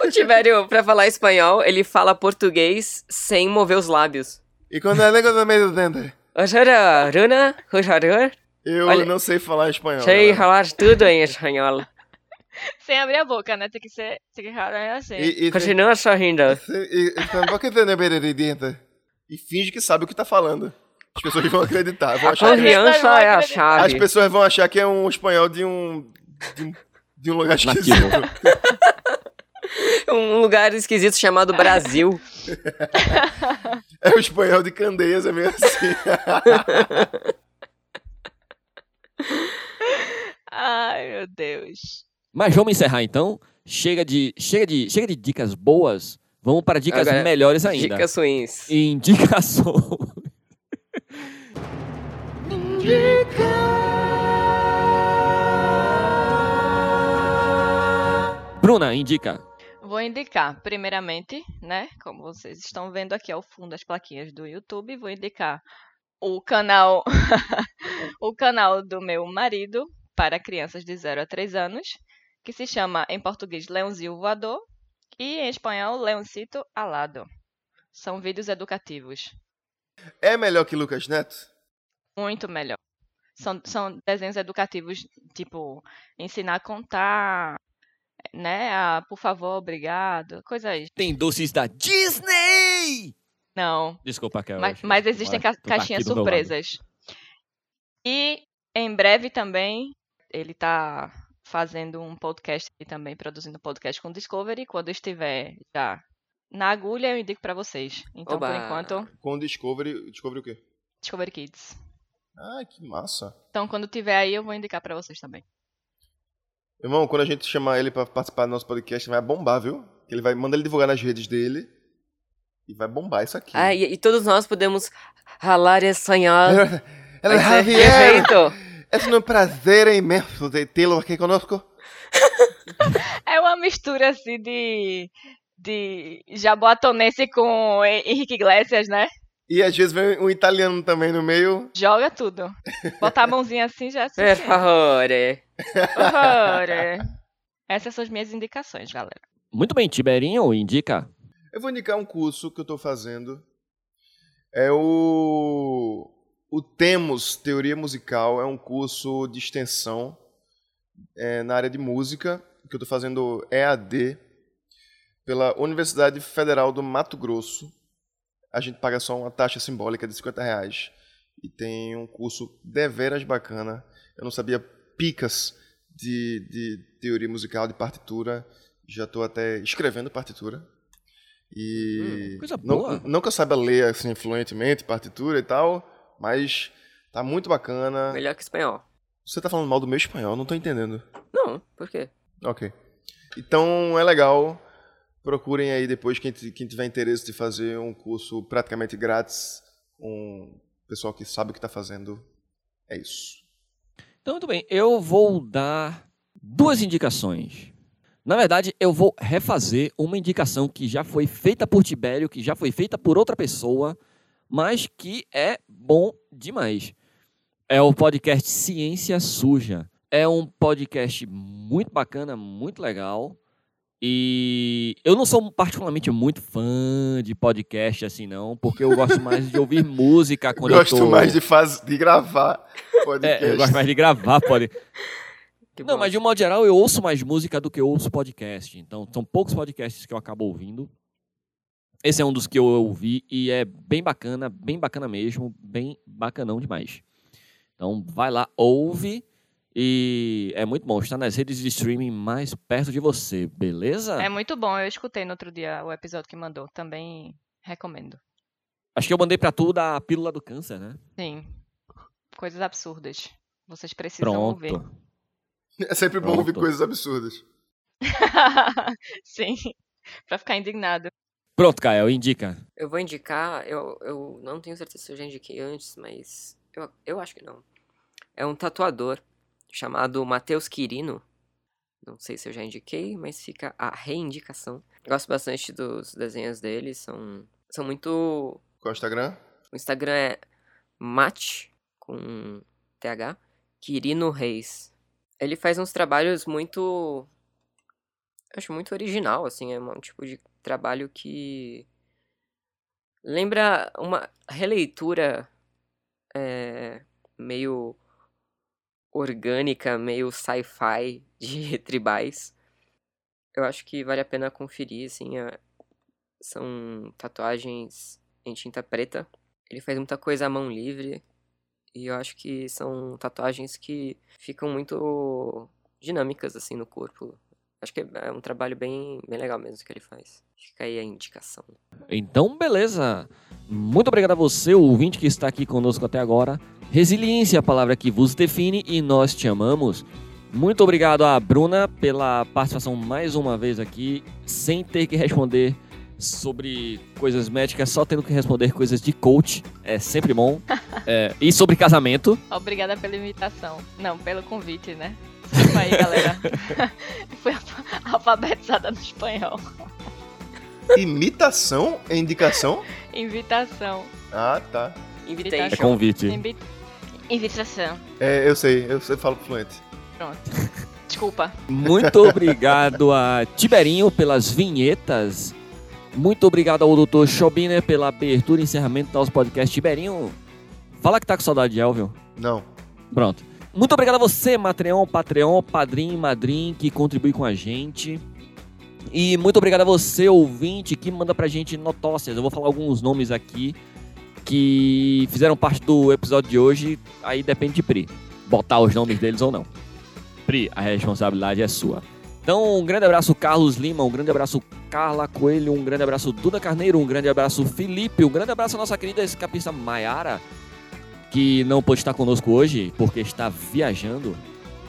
Speaker 3: O Tibério, pra falar espanhol, ele fala português sem mover os lábios.
Speaker 4: E quando a língua no meio do dente?
Speaker 3: Rosora, Bruna, por favor.
Speaker 4: Eu
Speaker 3: Olha-
Speaker 4: não sei falar espanhol.
Speaker 3: Sei
Speaker 4: galera.
Speaker 3: falar tudo em espanhol.
Speaker 1: Sem abrir a boca, né? Tem que ser. Tem que falar assim.
Speaker 4: E, e,
Speaker 3: Continua sorrindo.
Speaker 4: e, então, e, tampouco entende bem de dentro. e finge que sabe o que tá falando. As pessoas vão acreditar. Vão
Speaker 3: A
Speaker 4: achar que...
Speaker 3: confiança é a
Speaker 4: As
Speaker 3: chave.
Speaker 4: pessoas vão achar que é um espanhol de um. de um, de um lugar esquisito.
Speaker 3: Um lugar esquisito chamado Brasil.
Speaker 4: É o espanhol de Candeias, é meio assim.
Speaker 1: Ai, meu Deus.
Speaker 2: Mas vamos encerrar então. Chega de, chega de, chega de dicas boas. Vamos para dicas
Speaker 3: Agora,
Speaker 2: melhores ainda.
Speaker 3: Dicas ruins.
Speaker 2: Indicação. Bruna, indica.
Speaker 1: Vou indicar, primeiramente, né? Como vocês estão vendo aqui ao fundo as plaquinhas do YouTube, vou indicar o canal o canal do meu marido para crianças de 0 a 3 anos, que se chama em português Leãozinho Voador e em espanhol Leoncito Alado. São vídeos educativos,
Speaker 4: É melhor que Lucas Neto?
Speaker 1: muito melhor. São, são desenhos educativos, tipo, ensinar a contar, né? A, por favor, obrigado, coisas.
Speaker 2: Tem doces da Disney!
Speaker 1: Não,
Speaker 2: Desculpa, Kel.
Speaker 1: Mas, mas existem ca- caixinhas surpresas. E em breve também, ele tá fazendo um podcast e também produzindo um podcast com o Discovery. Quando estiver já na agulha, eu indico pra vocês. Então, por
Speaker 3: Oba!
Speaker 1: enquanto,
Speaker 4: Com o Discovery. Discovery o quê?
Speaker 1: Discovery Kids.
Speaker 4: Ah, que massa.
Speaker 1: Então, quando tiver aí, eu vou indicar pra vocês também.
Speaker 4: Irmão, quando a gente chamar ele pra participar do nosso podcast, vai bombar, viu? Ele vai mandar ele divulgar nas redes dele. E vai bombar isso aqui.
Speaker 3: Ah, e, e todos nós podemos ralar espanhol.
Speaker 4: Ela- Ela é
Speaker 3: Vai ser
Speaker 4: Javier!
Speaker 3: perfeito.
Speaker 4: É um prazer imenso de tê-lo aqui conosco.
Speaker 1: É uma mistura assim de. de jaboatonense com Henrique Iglesias, né?
Speaker 4: E às vezes vem um italiano também no meio.
Speaker 1: Joga tudo. Botar a mãozinha assim já é
Speaker 3: Por
Speaker 1: suficiente.
Speaker 3: favor. é.
Speaker 1: Ora. Essas são as minhas indicações, galera.
Speaker 2: Muito bem, Tiberinho, indica.
Speaker 4: Eu vou indicar um curso que eu tô fazendo. É o. O Temos Teoria Musical. É um curso de extensão é, na área de música, que eu tô fazendo EAD pela Universidade Federal do Mato Grosso. A gente paga só uma taxa simbólica de 50 reais. E tem um curso deveras bacana. Eu não sabia picas de, de teoria musical, de partitura. Já tô até escrevendo partitura. E.
Speaker 2: Hum, coisa
Speaker 4: não,
Speaker 2: boa.
Speaker 4: não que eu saiba ler assim, fluentemente partitura e tal, mas tá muito bacana.
Speaker 3: Melhor que espanhol.
Speaker 4: Você tá falando mal do meu espanhol, não tô entendendo.
Speaker 3: Não, por quê?
Speaker 4: Ok. Então é legal. Procurem aí depois quem, ti- quem tiver interesse de fazer um curso praticamente grátis com o pessoal que sabe o que tá fazendo. É isso.
Speaker 2: Então, muito bem, eu vou dar duas indicações. Na verdade, eu vou refazer uma indicação que já foi feita por Tibério, que já foi feita por outra pessoa, mas que é bom demais. É o podcast Ciência Suja. É um podcast muito bacana, muito legal. E eu não sou particularmente muito fã de podcast assim não, porque eu gosto mais de ouvir música É quando
Speaker 4: Gosto
Speaker 2: eu tô...
Speaker 4: mais de, faz... de gravar podcast.
Speaker 2: É, eu gosto mais de gravar podcast.
Speaker 3: Que
Speaker 2: Não,
Speaker 3: bom.
Speaker 2: mas de um modo geral eu ouço mais música do que eu ouço podcast. Então, são poucos podcasts que eu acabo ouvindo. Esse é um dos que eu ouvi e é bem bacana, bem bacana mesmo, bem bacanão demais. Então, vai lá, ouve e é muito bom. Está nas redes de streaming mais perto de você,
Speaker 4: Ah.
Speaker 2: beleza?
Speaker 1: É muito bom, eu escutei no outro dia o episódio que mandou. Também recomendo.
Speaker 2: Acho que eu mandei pra tu da pílula do câncer, né?
Speaker 1: Sim. Coisas absurdas. Vocês precisam ouvir.
Speaker 2: Pronto.
Speaker 4: É sempre bom ouvir
Speaker 2: Pronto.
Speaker 4: coisas absurdas.
Speaker 1: Sim. Pra ficar indignado.
Speaker 2: Pronto, Kael, indica.
Speaker 3: Eu vou indicar, eu, eu não tenho certeza se eu já indiquei antes, mas eu, eu acho que não. É um tatuador chamado Matheus Quirino. Não sei se eu já indiquei, mas fica a reindicação. Gosto bastante dos desenhos dele, são, são muito.
Speaker 4: Qual é o Instagram?
Speaker 3: O Instagram é Mate, com TH, Quirino Reis. Ele faz uns trabalhos muito. Eu acho muito original, assim, é um tipo de trabalho que lembra uma releitura é, meio orgânica, meio sci-fi de tribais. Eu acho que vale a pena conferir, assim, a- são tatuagens em tinta preta. Ele faz muita coisa à mão livre e eu acho que são tatuagens que ficam muito dinâmicas assim no corpo. Acho que é um trabalho bem, bem legal mesmo que ele faz. Fica aí a indicação.
Speaker 2: Então, beleza. Muito obrigado a você, o ouvinte que está aqui conosco até agora. Resiliência é a palavra que vos define e nós te amamos. Muito obrigado a Bruna pela participação mais uma vez aqui, sem ter que responder sobre coisas médicas, só tendo que responder coisas de coach. É sempre bom. É, e sobre casamento.
Speaker 1: Obrigada pela invitação. Não, pelo convite, né? Desculpa aí, galera. Fui alfa- alfabetizada no espanhol.
Speaker 4: Imitação é indicação?
Speaker 1: Invitação.
Speaker 4: Ah, tá.
Speaker 1: Invitation.
Speaker 2: É convite.
Speaker 1: Invi- Invitação.
Speaker 4: É, eu sei, eu sei, falo fluente.
Speaker 1: Pronto. Desculpa.
Speaker 2: Muito obrigado a Tiberinho pelas vinhetas. Muito obrigado ao Dr. Schobiner pela abertura e encerramento do nosso podcast. Tiberinho, fala que tá com saudade de Elvio.
Speaker 4: Não.
Speaker 2: Pronto. Muito obrigado a você, Matreon, Patreon, Padrim, Madrim, que contribui com a gente. E muito obrigado a você, ouvinte, que manda pra gente notócias. Eu vou falar alguns nomes aqui que fizeram parte do episódio de hoje. Aí depende de Pri, botar os nomes deles ou não. Pri, a responsabilidade é sua. Então, um grande abraço, Carlos Lima, um grande abraço, Carla Coelho, um grande abraço, Duda Carneiro, um grande abraço, Felipe, um grande abraço à nossa querida escapista Maiara, que não pôde estar conosco hoje porque está viajando.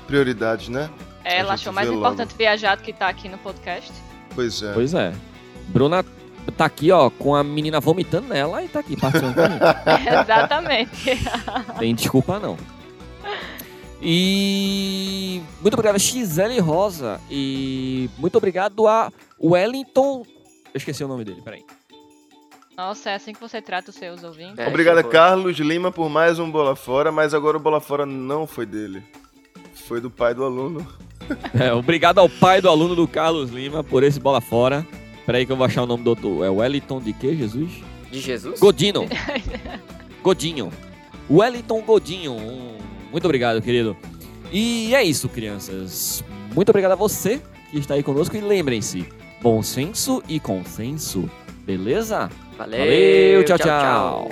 Speaker 4: Prioridades, né?
Speaker 1: Ela
Speaker 4: A gente
Speaker 1: achou mais
Speaker 4: vê logo.
Speaker 1: importante viajar do que tá aqui no podcast.
Speaker 4: Pois é.
Speaker 2: Pois é. Bruna tá aqui, ó, com a menina vomitando nela e tá aqui participando com a gente.
Speaker 1: Exatamente.
Speaker 2: Tem desculpa não. E muito obrigado a XL Rosa e muito obrigado a Wellington. Eu esqueci o nome dele, peraí.
Speaker 1: Nossa, é assim que você trata os seus ouvintes.
Speaker 3: É,
Speaker 4: Obrigado,
Speaker 3: que horror.
Speaker 4: Carlos Lima, por mais um Bola Fora, mas agora o Bola Fora não foi dele. Foi do pai do aluno.
Speaker 2: É, obrigado ao pai do aluno do Carlos Lima por esse bola fora. Peraí que eu vou achar o nome do outro. É Wellington de quê, Jesus?
Speaker 3: De Jesus?
Speaker 2: Godino. Godinho. Wellington Godinho. Um, Muito obrigado, querido. E é isso, crianças. Muito obrigado a você que está aí conosco. E lembrem-se, bom senso e consenso. Beleza?
Speaker 3: Valeu,
Speaker 2: Valeu, tchau, tchau.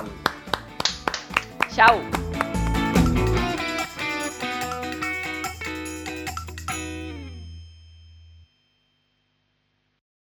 Speaker 1: Tchau.